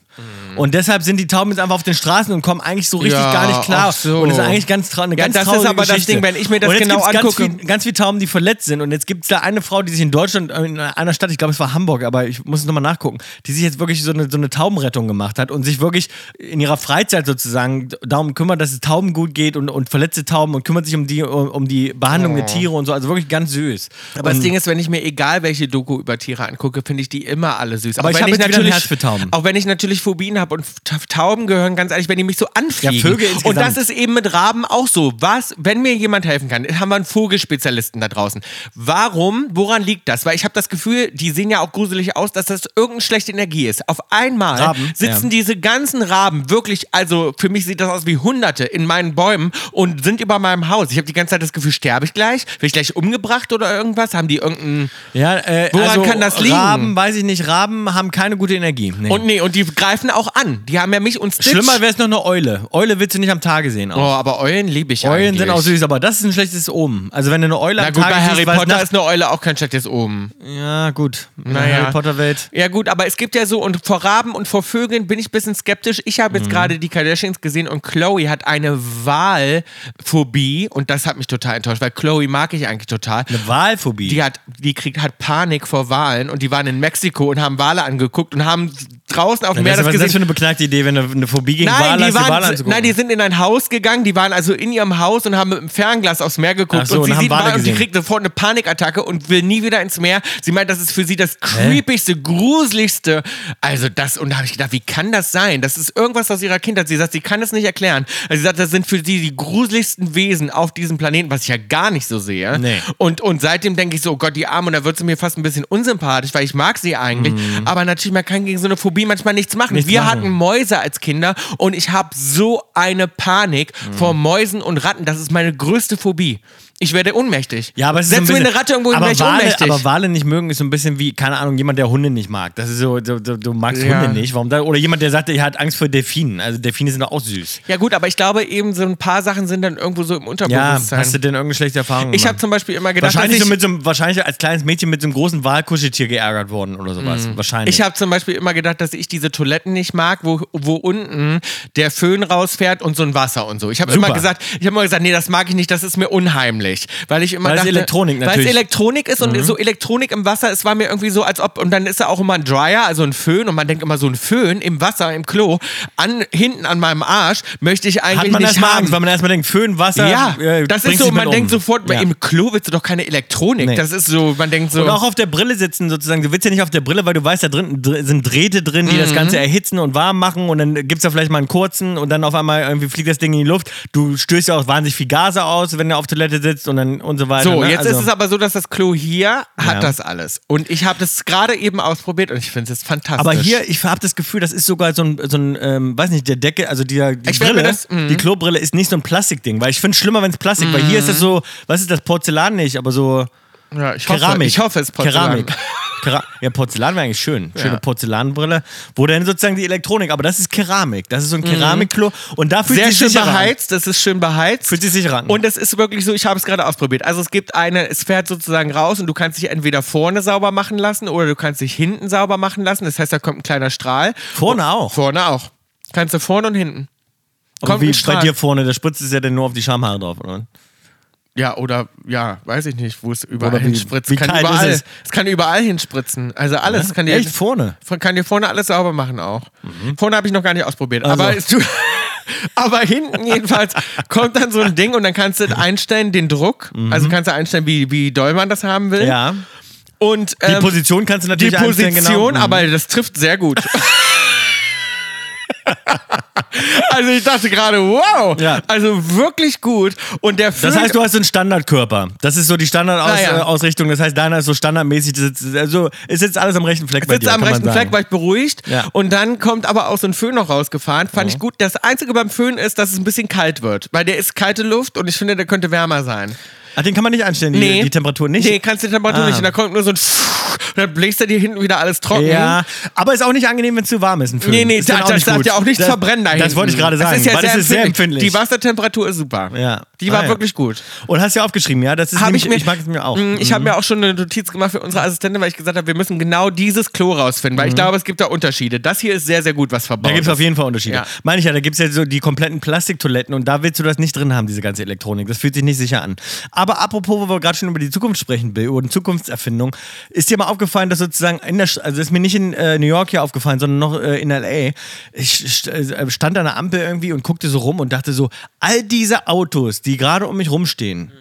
Und deshalb sind die Tauben jetzt einfach auf den Straßen und kommen eigentlich so richtig Mhm. Ja, gar nicht klar. ach so. Und das ist eigentlich ganz trau eine Ja, ganz das ist traurige aber das Geschichte. Ding, wenn ich mir das Und jetzt genau gibt's ganz angucke. viel- ganz viele Tauben, die verletzt sind. Und jetzt gibt es da eine Frau, die sich in Deutschland, äh, in einer Stadt, ich glaube, es war Hamburg, aber ich muss es nochmal nachgucken, die sich jetzt wirklich so eine, so eine Taubenrettung gemacht hat und sich wirklich in ihrer Freizeit sozusagen darum kümmert, dass es Tauben gut geht und, und und verletzte Tauben und kümmert sich um die, um, um die Behandlung der Tiere und so. Also wirklich ganz süß. Aber und das Ding ist, wenn ich mir egal welche Doku über Tiere angucke, finde ich die immer alle süß. Aber auch ich wenn hab jetzt wieder ein Herz für Tauben. Auch wenn ich natürlich Phobien habe und Ta- Tauben gehören ganz ehrlich, wenn die mich so anfliegen. Ja, Vögel und das insgesamt. ist eben mit Raben auch so. Was, wenn mir jemand helfen kann, haben wir einen Vogelspezialisten da draußen. Warum, woran liegt das? Weil ich habe das Gefühl, die sehen ja auch gruselig aus, dass das irgendeine schlechte Energie ist. Auf einmal Raben, sitzen ja. diese ganzen Raben wirklich, also für mich sieht das aus wie Hunderte in meinen Bäumen und sind über meinem Haus. Ich habe die ganze Zeit das Gefühl, sterbe ich gleich? Werde ich gleich umgebracht oder irgendwas? Haben die irgendeinen ja, äh, Woran kann das liegen? Raben, weiß ich nicht. Raben haben keine gute Energie. Nee. Und nee, und die greifen auch an. Die haben ja mich und Stitch. Schlimmer wäre es noch eine Eule. Eule willst du nicht am Tage sehen. Oh, Auch. aber Eulen liebe ich Eulen eigentlich. sind auch süß, aber das ist ein schlechtes Omen. Also wenn du eine Eule Na am gut, Tage bei Harry siehst, weil's Potter nachts- ist eine Eule auch kein schlechtes Omen. Ja, gut. In der Naja. Harry Potter Welt. Ja gut, aber es gibt ja so, und vor Raben und vor Vögeln bin ich ein bisschen skeptisch. Ich habe Mhm. jetzt gerade die Kardashians gesehen und Chloe hat eine Wahlphobie und das hat mich total enttäuscht, weil Chloe mag ich eigentlich total. Eine Wahlphobie. Die hat, die kriegt, hat Panik vor Wahlen und die waren in Mexiko und haben Wale angeguckt und haben draußen auf dem Meer das das ist das für gesehen. eine beknackte Idee, wenn du eine Phobie gegen Nein, Wale die hast, die Wale waren, anzugucken. nein, die sind in ein Haus gegangen, die waren also in ihrem Haus und haben mit dem Fernglas aufs Meer geguckt Ach so, und sie und haben sieht Wale Wale und die gesehen. kriegt sofort eine Panikattacke und will nie wieder ins Meer. Sie meint, das ist für sie das creepigste, gruseligste. Also das, und da habe ich gedacht, wie kann das sein? Das ist irgendwas aus ihrer Kindheit. Sie sagt, sie kann es nicht erklären. Also sie sagt, das sind für sie die gruseligsten Wesen auf diesem Planeten, was ich ja gar nicht so sehe. Nee. Und, und seitdem denke ich so, oh Gott, die Arme, und da wird sie mir fast ein bisschen unsympathisch, weil ich mag sie eigentlich. Mhm. Aber natürlich, man kann gegen so eine Phobie manchmal nichts machen. Nichts Wir machen. hatten Mäuse als Kinder und ich habe so eine Panik vor Mäusen und Ratten. Das ist meine größte Phobie. Ich werde ohnmächtig. Ja, aber es ist Setz so ein mir bisschen, eine Ratte irgendwo hin, aber werde ich Wale, ohnmächtig. Aber Wale nicht mögen ist so ein bisschen wie, keine Ahnung, jemand, der Hunde nicht mag. Das ist so, du, du, du magst Ja. Hunde nicht. Warum da, oder jemand, der sagt, er hat Angst vor Delfinen. Also Delfine sind doch auch süß. ja gut, aber ich glaube eben so ein paar Sachen sind dann irgendwo so im Ja, Unterbewusstsein. hast du denn irgendeine schlechte Erfahrung ich habe gemacht? zum Beispiel immer gedacht, dass wahrscheinlich, ich, so mit so einem, wahrscheinlich als kleines Mädchen mit so einem großen Wahlkuscheltier geärgert worden oder sowas. Wahrscheinlich. Mhm. Ich habe zum Beispiel immer gedacht, dass ich diese Toiletten nicht mag, wo, wo unten der Föhn rausfährt und so ein Wasser und so. Ich habe immer Super. gesagt, ich habe immer gesagt, nee, das mag ich nicht, das ist mir unheimlich, weil ich immer Weil es dachte, Elektronik weil natürlich- Mhm. es Elektronik ist und so Elektronik im Wasser, es war mir irgendwie so, als ob und dann ist da auch immer ein Dryer, also ein Föhn und man denkt immer so ein Föhn im Wasser im Klo an hinten an meinem Arsch möchte ich eigentlich hat man nicht das mal haben. Angst, weil man erstmal denkt, Föhn, Wasser, ja, äh, das ist bringt so, sich man um. denkt sofort, Ja. im Klo willst du doch keine Elektronik. Nee. Das ist so, man denkt so. Und auch auf der Brille sitzen sozusagen. Du willst ja nicht auf der Brille, weil du weißt, da drin dr- sind Drähte drin, die Mhm. das Ganze erhitzen und warm machen und dann gibt es da vielleicht mal einen kurzen und dann auf einmal irgendwie fliegt das Ding in die Luft. Du stößt ja auch wahnsinnig viel Gase aus, wenn du auf Toilette sitzt und dann und so weiter. So, ne? jetzt Also- ist es aber so, dass das Klo hier hat Ja. das alles. Und ich habe das gerade eben ausprobiert und ich finde es jetzt fantastisch. aber hier, ich habe das Gefühl, das ist sogar so ein, so ein ähm, weiß nicht, der Decke, also die, die Ich werd mir Brille, das- mhm. Mhm. die Klobrille ist nicht so ein Plastikding, weil ich finde es schlimmer, wenn es Plastik, weil hier ist das so, was ist das, Porzellan nicht, aber so ja, ich Hoffe, Keramik. ich hoffe, es ist Porzellan. Keramik. Kera ja, Porzellan wäre eigentlich schön. Schöne Ja. Porzellanbrille. Wo denn sozusagen die Elektronik, aber das ist Keramik. Das ist so ein Keramikklo. Und da fühlt Mhm. Sehr sich schön sicherer an. beheizt, das ist schön beheizt. Fühlt sich sicherer an. Und es ist wirklich so, ich habe es gerade ausprobiert. Also es gibt eine, es fährt sozusagen raus und du kannst dich entweder vorne sauber machen lassen oder du kannst dich hinten sauber machen lassen. Das heißt, da kommt ein kleiner Strahl. Vorne auch. Vorne auch. Kannst du vorne und hinten. aber kommt wie ein bei Strahl. dir vorne, da spritzt es ja dann nur auf die Schamhaare drauf. Oder? Ja, oder ja, weiß ich nicht, wo es überall Oder wie- hinspritzt. wie kann kalt ist überall, es? kann überall hinspritzen. Also alles. Kann dir, Echt vorne? Von- Kann dir vorne alles sauber machen auch. Vorne habe ich noch gar nicht ausprobiert. Mhm. Also. Aber, es tut- aber hinten jedenfalls kommt dann so ein Ding und dann kannst du einstellen, den Druck. Also kannst du einstellen, wie, wie doll man das haben will. Mhm. Ja. Und Die ähm, Position kannst du die natürlich einstellen, Position, genau. aber das trifft sehr gut. also ich dachte gerade, wow. Ja. Also wirklich gut. Und der Das Vögel- heißt, du hast so einen Standardkörper. Das ist so die Naja. Standardausrichtung. Das heißt, deiner ist so standardmäßig. das ist- Also, es sitzt alles am rechten Fleck bei sitze dir, am kann man rechten sagen. Fleck, war ich beruhigt. Ja. Und dann kommt aber auch so ein Föhn noch rausgefahren. Fand ich gut. Das Einzige beim Föhn ist, dass es ein bisschen kalt wird. Weil der ist kalte Luft und ich finde, der könnte wärmer sein. Ach, Ah, den kann man nicht anstellen, die, die Temperatur nicht. Nee, kannst die Temperatur Ah. nicht. Und da kommt nur so ein Pfuh, und dann bläst er dir hinten wieder alles trocken. Ja, aber ist auch nicht angenehm, wenn es zu warm ist. Ein Föhn. Nee, nee, ist da, dann das darf gut. ja auch nichts Das- verbrennen da Das hinten. wollte ich gerade sagen. Das ist ja weil sehr, das ist sehr empfindlich. empfindlich. Die Wassertemperatur ist super. Ja. Die war Ah, ja. wirklich gut. Und hast ja aufgeschrieben, ja? Das ist Hab nämlich, ich mir, ich mag es mir auch. Mhm. Mm, Ich habe mir auch schon eine Notiz gemacht für unsere Assistentin, weil ich gesagt habe, wir müssen genau dieses Klo rausfinden, weil ich glaube, es gibt da Unterschiede. Das hier ist sehr, sehr gut, was verbaut Mhm. Da gibt es ist. auf jeden Fall Unterschiede. Ja. Meine ich ja, da gibt es ja so die kompletten Plastiktoiletten und da willst du das nicht drin haben, diese ganze Elektronik. Das fühlt sich nicht sicher an. Aber apropos, wo wir gerade schon über die Zukunft sprechen, Bill, über die Zukunftserfindung, ist dir mal mal aufgefallen, dass sozusagen in der, Sch- also ist mir nicht in äh, New York hier aufgefallen, sondern noch äh, in LA. Ich st- äh, stand an der Ampel irgendwie und guckte so rum und dachte so, all diese Autos, die gerade um mich rumstehen,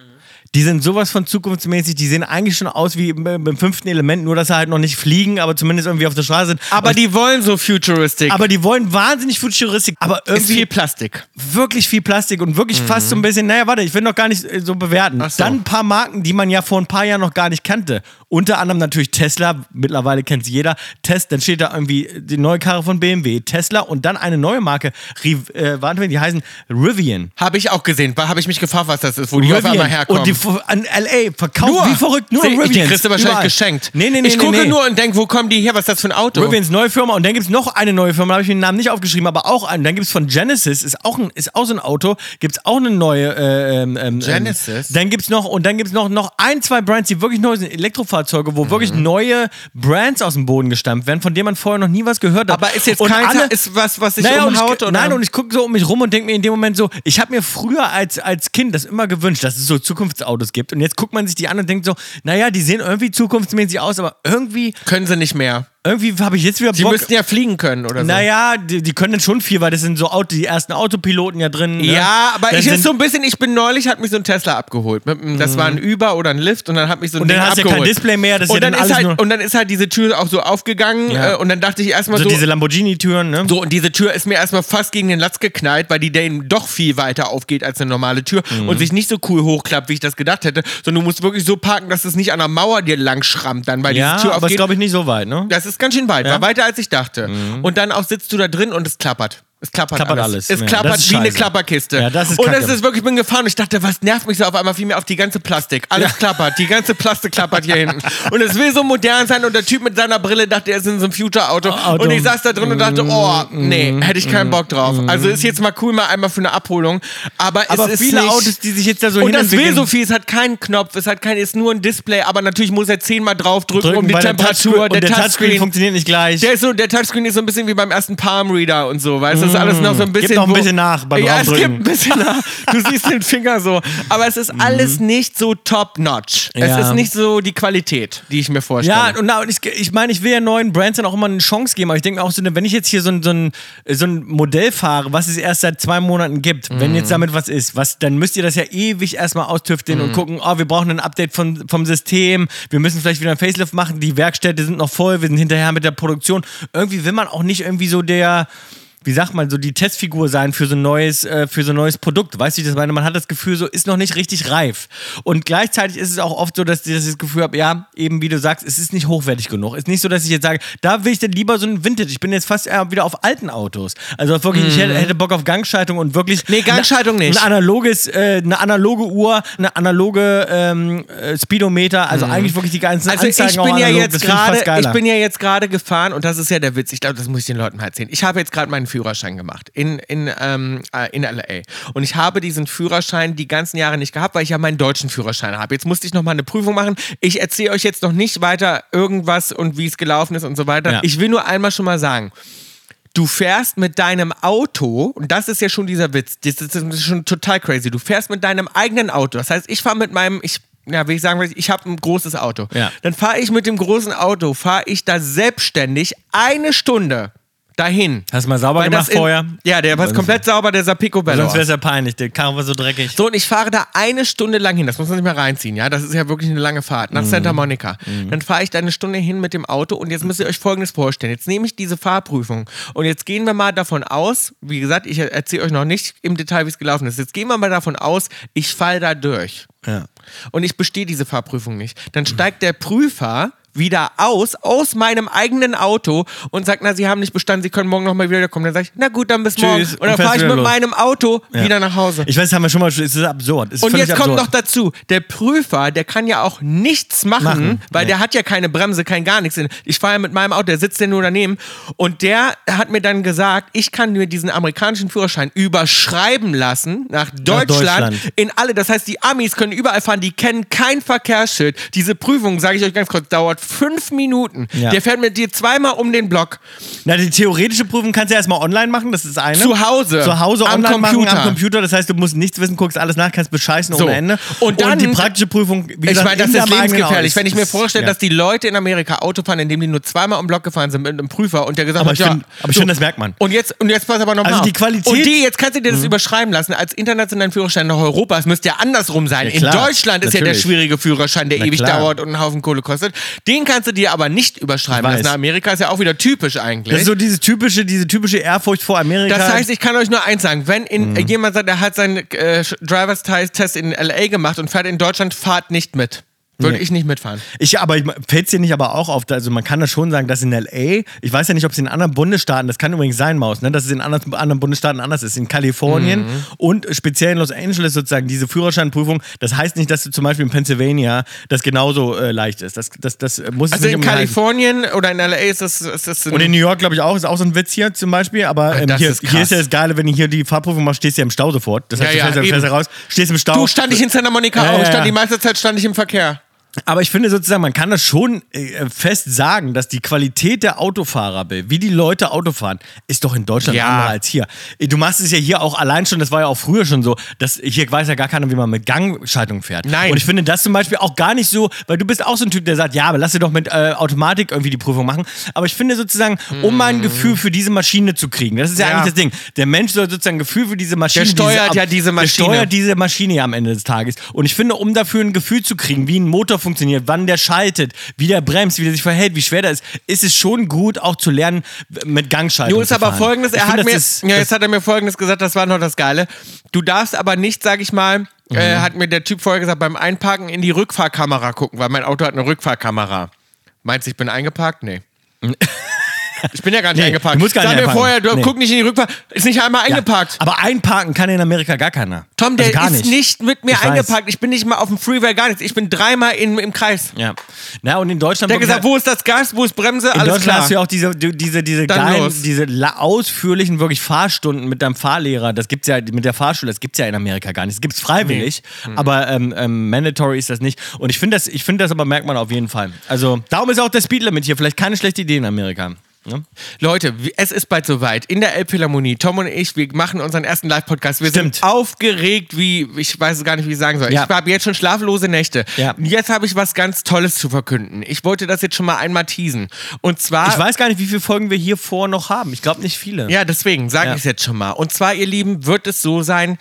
die sind sowas von zukunftsmäßig, die sehen eigentlich schon aus wie im- beim fünften Element, nur dass sie halt noch nicht fliegen, aber zumindest irgendwie auf der Straße sind. Aber die wollen so futuristisch. aber die wollen wahnsinnig futuristisch, aber ist irgendwie viel Plastik. wirklich viel Plastik und wirklich fast so ein bisschen, naja, warte, ich will noch gar nicht äh, so bewerten. so. Dann ein paar Marken, die man ja vor ein paar Jahren noch gar nicht kannte. Unter anderem natürlich Tesla, mittlerweile kennt sie jeder. Test, dann steht da irgendwie äh, die neue Karre von BMW, Tesla und dann eine neue Marke, Riv äh, warte, mal, die heißen Rivian. Habe ich auch gesehen. Habe ich mich gefragt, was das ist, wo die auf einmal Rivian. herkommen. Und die fu- an LA verkauft wie verrückt, nur Seh- Rivian. Die kriegst du wahrscheinlich geschenkt. Nee, nee, nee. ich nee, gucke nee. nur und denke, wo kommen die her? Was ist das für ein Auto? Rivians neue Firma und dann gibt es noch eine neue Firma, da habe ich mir den Namen nicht aufgeschrieben, aber auch einen. Dann gibt es von Genesis, ist auch, ein, ist auch so ein Auto, gibt es auch eine neue. Äh, ähm, ähm, Genesis? Ähm, dann gibt es noch, und dann gibt es noch, noch ein, zwei Brands, die wirklich neu sind, Elektrofahrzeuge, wo wirklich Mhm. neue Brands aus dem Boden gestampft werden, von denen man vorher noch nie was gehört hat. Aber ist jetzt Und keins, alle- ist was, was sich naja, und umhaut? ich, oder? Nein, und ich gucke so um mich rum und denke mir in dem Moment so, ich habe mir früher als, als Kind das immer gewünscht, dass es so Zukunftsautos gibt. Und jetzt guckt man sich die an und denkt so, naja, die sehen irgendwie zukunftsmäßig aus, aber irgendwie, können sie nicht mehr. irgendwie habe ich jetzt wieder Die Bock. müssten ja fliegen können oder so. Naja, die, die können schon viel, weil das sind so Auto, die ersten Autopiloten ja drin. Ne? Ja, aber ich Dann ist sind- Mhm. so ein bisschen, ich bin neulich, hat mich so ein Tesla abgeholt. Mit, einem- das war ein Uber oder ein Lift und dann hat mich so ein Und dann Ding hast du ja abgeholt. kein Display mehr, das ist und ja dann, dann ist alles halt, nur- Und dann ist halt diese Tür auch so aufgegangen Ja. äh, und dann dachte ich erstmal so, so, diese Lamborghini-Türen, ne? So, und diese Tür ist mir erstmal fast gegen den Latz geknallt, weil die dann doch viel weiter aufgeht als eine normale Tür Mhm. und sich nicht so cool hochklappt, wie ich das gedacht hätte, sondern du musst wirklich so parken, dass es nicht an der Mauer dir lang schrammt dann, weil ja, diese Tür aber ist, aufgeht. glaube ich, nicht so weit, ne? das ist ganz schön weit, war weiter als ich dachte. Und dann auch sitzt du da drin und es klappert. Es klappert, Mhm. Klappert alles. Es alles. Ja, das klappert ist wie eine scheiße. Klapperkiste. Ja, das ist und kacke. es ist wirklich, ich bin gefahren und ich dachte, was nervt mich so auf einmal viel mehr auf die ganze Plastik. Alles klappert, die ganze Plastik klappert hier hinten. Und es will so modern sein und der Typ mit seiner Brille dachte, er ist in so einem Future-Auto. Oh, Auto. Mhm. Und ich saß da drin und dachte, oh, nee, hätte ich keinen Bock drauf. Also ist jetzt mal cool, mal einmal für eine Abholung. Aber, aber es ist viele nicht, Autos, die sich jetzt da so und das will hinentwickeln- so viel, es hat keinen Knopf, es hat kein, ist nur ein Display, aber natürlich muss er zehnmal draufdrücken, drücken, um die weil Temperatur, der Touchscreen, und der Touchscreen funktioniert nicht gleich. der, ist so, der Touchscreen ist so ein bisschen wie beim ersten Palm Reader und so, weißt du, das ist alles noch so ein bisschen. Mm. noch ein wo- bisschen nach beim Ja, es gibt Draufdrücken. ein bisschen nach. Du siehst den Finger so. Aber es ist alles nicht so top-notch. Mhm. Ja. Es ist nicht so die Qualität, die ich mir vorstelle. Ja, und, na, und ich, ich meine, ich will ja neuen Brands dann auch immer eine Chance geben, aber ich denke mir auch so, wenn ich jetzt hier so ein, so, ein, so ein Modell fahre, was es erst seit zwei Monaten gibt, wenn jetzt damit was ist, was, dann müsst ihr das ja ewig erstmal austüfteln und gucken, oh, wir brauchen ein Update von, vom System, wir müssen vielleicht wieder ein Facelift machen, die Werkstätte sind noch voll, wir sind hinterher mit der Produktion. Irgendwie will man auch nicht irgendwie so der. Wie sagt man, so die Testfigur sein für so ein neues, äh, für so ein neues Produkt. Weißt du, wie ich das meine, man hat das Gefühl, so ist noch nicht richtig reif. Und gleichzeitig ist es auch oft so, dass ich das Gefühl habe, ja, eben wie du sagst, es ist nicht hochwertig genug. Es ist nicht so, dass ich jetzt sage, da will ich dann lieber so ein Vintage. Ich bin jetzt fast eher wieder auf alten Autos. Also wirklich, ich hätte, hätte Bock auf Gangschaltung und wirklich. Mhm. Nee, Gangschaltung nicht. Ein analoges, äh, eine analoge Uhr, eine analoge ähm, äh, Speedometer, also eigentlich wirklich die ganzen Mhm. Also Anzeigen ich auch bin, ja analog. jetzt Das finde fast gerade, ich geiler. bin ja jetzt gerade gefahren und das ist ja der Witz. Ich glaube, das muss ich den Leuten mal erzählen. Ich habe jetzt gerade meinen Führerschein gemacht in, in, ähm, äh, in LA. Und ich habe diesen Führerschein die ganzen Jahre nicht gehabt, weil ich ja meinen deutschen Führerschein habe. Jetzt musste ich nochmal eine Prüfung machen. Ich erzähle euch jetzt noch nicht weiter irgendwas und wie es gelaufen ist und so weiter. Ja. Ich will nur einmal schon mal sagen, Du fährst mit deinem Auto, und das ist ja schon dieser Witz, das ist, das ist schon total crazy. Du fährst mit deinem eigenen Auto. Das heißt, ich fahre mit meinem, ich, ja, will ich sagen, ich habe ein großes Auto. Ja. Dann fahre ich mit dem großen Auto, fahre ich da selbstständig eine Stunde dahin. Hast du mal sauber Weil das gemacht in- vorher? Ja, der war komplett sauber, der sah Picobello Sonst wäre aus. es ja peinlich, der Karre war so dreckig. So, und ich fahre da eine Stunde lang hin. Das muss man nicht mehr reinziehen, ja? Das ist ja wirklich eine lange Fahrt Mhm. nach Santa Monica. Dann fahre ich da eine Stunde hin mit dem Auto und jetzt müsst ihr euch Folgendes vorstellen. Jetzt nehme ich diese Fahrprüfung und jetzt gehen wir mal davon aus, wie gesagt, ich erzähle euch noch nicht im Detail, wie es gelaufen ist. Jetzt gehen wir mal davon aus, ich falle da durch Ja. und ich bestehe diese Fahrprüfung nicht. Dann steigt der Prüfer wieder aus, aus meinem eigenen Auto und sagt, na, Sie haben nicht bestanden, Sie können morgen nochmal wiederkommen. Dann sage ich, na gut, dann bis morgen. Tschüss, Und dann und fährst fahre ich wieder mit los. meinem Auto Ja. wieder nach Hause. Ich weiß, das haben wir schon mal, es ist absurd. Es Ist Und völlig jetzt kommt noch absurd. dazu, der Prüfer, der kann ja auch nichts machen, Machen, weil nee. der hat ja keine Bremse, kein gar nichts. Ich fahre ja mit meinem Auto, der sitzt ja nur daneben. Und der hat mir dann gesagt, ich kann mir diesen amerikanischen Führerschein überschreiben lassen nach Deutschland, Deutschland. in alle. Das heißt, die Amis können überall fahren, die kennen kein Verkehrsschild. Diese Prüfung, sage ich euch ganz kurz, dauert fünf Minuten. Ja. Der fährt mit dir zweimal um den Block. Na, die theoretische Prüfung kannst du ja erstmal online machen, das ist eine. Zu Hause. Ne? Zu Hause Am online Computer. machen, am Computer. Das heißt, du musst nichts wissen, guckst alles nach, kannst bescheißen So. ohne Ende. Und dann- die praktische Prüfung, wie gesagt, ich meine, das in ist deinem eigenen lebensgefährlich. Haus. Wenn ich mir vorstelle, genau, Ja. dass die Leute in Amerika Auto fahren, indem die nur zweimal um den Block gefahren sind mit einem Prüfer und der gesagt Aber hat, ich ja, finde, aber ich finde, das merkt man. Und jetzt, und jetzt pass aber nochmal Also die Qualität- Mhm. Und die, jetzt kannst du dir das überschreiben lassen. Als internationalen Führerschein nach Europa, es müsste ja andersrum sein. Ja, klar. In Deutschland ist ja der Natürlich. schwierige Führerschein, der Na, ewig klar. dauert und einen Haufen Kohle kostet. Den kannst du dir aber nicht überschreiben Ich lassen. weiß. Amerika ist ja auch wieder typisch eigentlich. Das ist so halt. diese typische, diese typische Ehrfurcht vor Amerika. Das heißt, ich kann euch nur eins sagen, wenn in, Mhm. jemand sagt, er hat seinen äh, Drivers Test in LA gemacht und fährt in Deutschland, fahrt nicht mit. Würde Nee. ich nicht mitfahren. Ich, aber fällt es dir nicht aber auch auf, also man kann das schon sagen, dass in L.A., ich weiß ja nicht, ob es in anderen Bundesstaaten, das kann übrigens sein, Maus, ne, dass es in anderen, anderen Bundesstaaten anders ist. In Kalifornien Mhm. und speziell in Los Angeles sozusagen diese Führerscheinprüfung, das heißt nicht, dass du zum Beispiel in Pennsylvania das genauso äh, leicht ist. Das, das, das äh, muss es Also nicht in unbedingt heißen. Kalifornien oder in LA ist das, ist das ein Und in New York, glaube ich, auch, ist auch so ein Witz hier zum Beispiel. Aber ähm, das hier, ist krass. hier ist ja das Geile, wenn du hier die Fahrprüfung machst, stehst du ja im Stau sofort. Das heißt, Ja, ja, du fährst, eben. fährst ja raus, stehst im Stau. Du stand ich in Santa Monica Ja, auch. ja, Stand ja. die meiste Zeit stand ich im Verkehr. Aber ich finde sozusagen, man kann das schon äh, fest sagen, dass die Qualität der Autofahrer, Bill, wie die Leute Auto fahren, ist doch in Deutschland Ja. anderer als hier. Äh, Du machst es ja hier auch allein schon, das war ja auch früher schon so, dass hier weiß ja gar keiner, wie man mit Gangschaltung fährt. Nein. Und ich finde das zum Beispiel auch gar nicht so, weil du bist auch so ein Typ, der sagt, ja, aber lass dir doch mit äh, Automatik irgendwie die Prüfung machen. Aber ich finde sozusagen, um mal ein Gefühl für diese Maschine zu kriegen, das ist ja, Mhm. Ja. eigentlich das Ding. Der Mensch soll sozusagen ein Gefühl für diese Maschine. steuert diese, ja diese Maschine. Der steuert diese Maschine ja am Ende des Tages. Und ich finde, um dafür ein Gefühl zu kriegen, wie ein Motor funktioniert, wann der schaltet, wie der bremst, wie der sich verhält, wie schwer der ist, ist es schon gut, auch zu lernen, mit Gangschaltung Du ist zu aber fahren. folgendes, Ich er finde, hat mir, das ist- ja, das- jetzt hat er mir folgendes gesagt, das war noch das Geile. Du darfst aber nicht, sag ich mal, Mhm. äh, hat mir der Typ vorher gesagt, beim Einparken in die Rückfahrkamera gucken, weil mein Auto hat eine Rückfahrkamera. Meinst du, ich bin eingeparkt? Nee. ich bin ja gar nicht Nee, eingeparkt. du musst gar sag nicht mir einparken. vorher, du Nee. guck nicht in die Rückfahr, ist nicht einmal eingeparkt. aber einparken kann in Amerika gar keiner. Tom, der also gar ist nicht. mit mir Ich weiß. eingeparkt. Ich bin nicht mal auf dem Freeway, gar nichts. Ich bin dreimal in, im Kreis. Ja. Na, und in Deutschland. Der hat gesagt, wo ist das Gas, wo ist Bremse, In alles Deutschland klar. hast du ja auch diese, du- diese, diese Dann geilen, los. diese la- ausführlichen wirklich Fahrstunden mit deinem Fahrlehrer. Das gibt's ja mit der Fahrschule, das gibt's ja in Amerika gar nicht. Das gibt's freiwillig, Mhm. aber ähm, ähm, mandatory ist das nicht. Und ich finde das, ich finde das aber merkt man auf jeden Fall. Also darum ist auch der Speedlimit hier vielleicht keine schlechte Idee in Amerika. Ne? Leute, wie- es ist bald soweit. In der Elbphilharmonie, Tom und ich, wir machen unseren ersten Live-Podcast. Wir Stimmt. sind aufgeregt, wie, ich weiß es gar nicht, wie ich sagen soll. Ja. Ich habe jetzt schon schlaflose Nächte. Ja. Jetzt habe ich was ganz Tolles zu verkünden. Ich wollte das jetzt schon mal einmal teasen. Und zwar... Ich weiß gar nicht, wie viele Folgen wir hier vor noch haben. Ich glaube nicht viele. Ah. Ja, deswegen sage Ja. ich es jetzt schon mal. Und zwar, ihr Lieben, wird es so sein,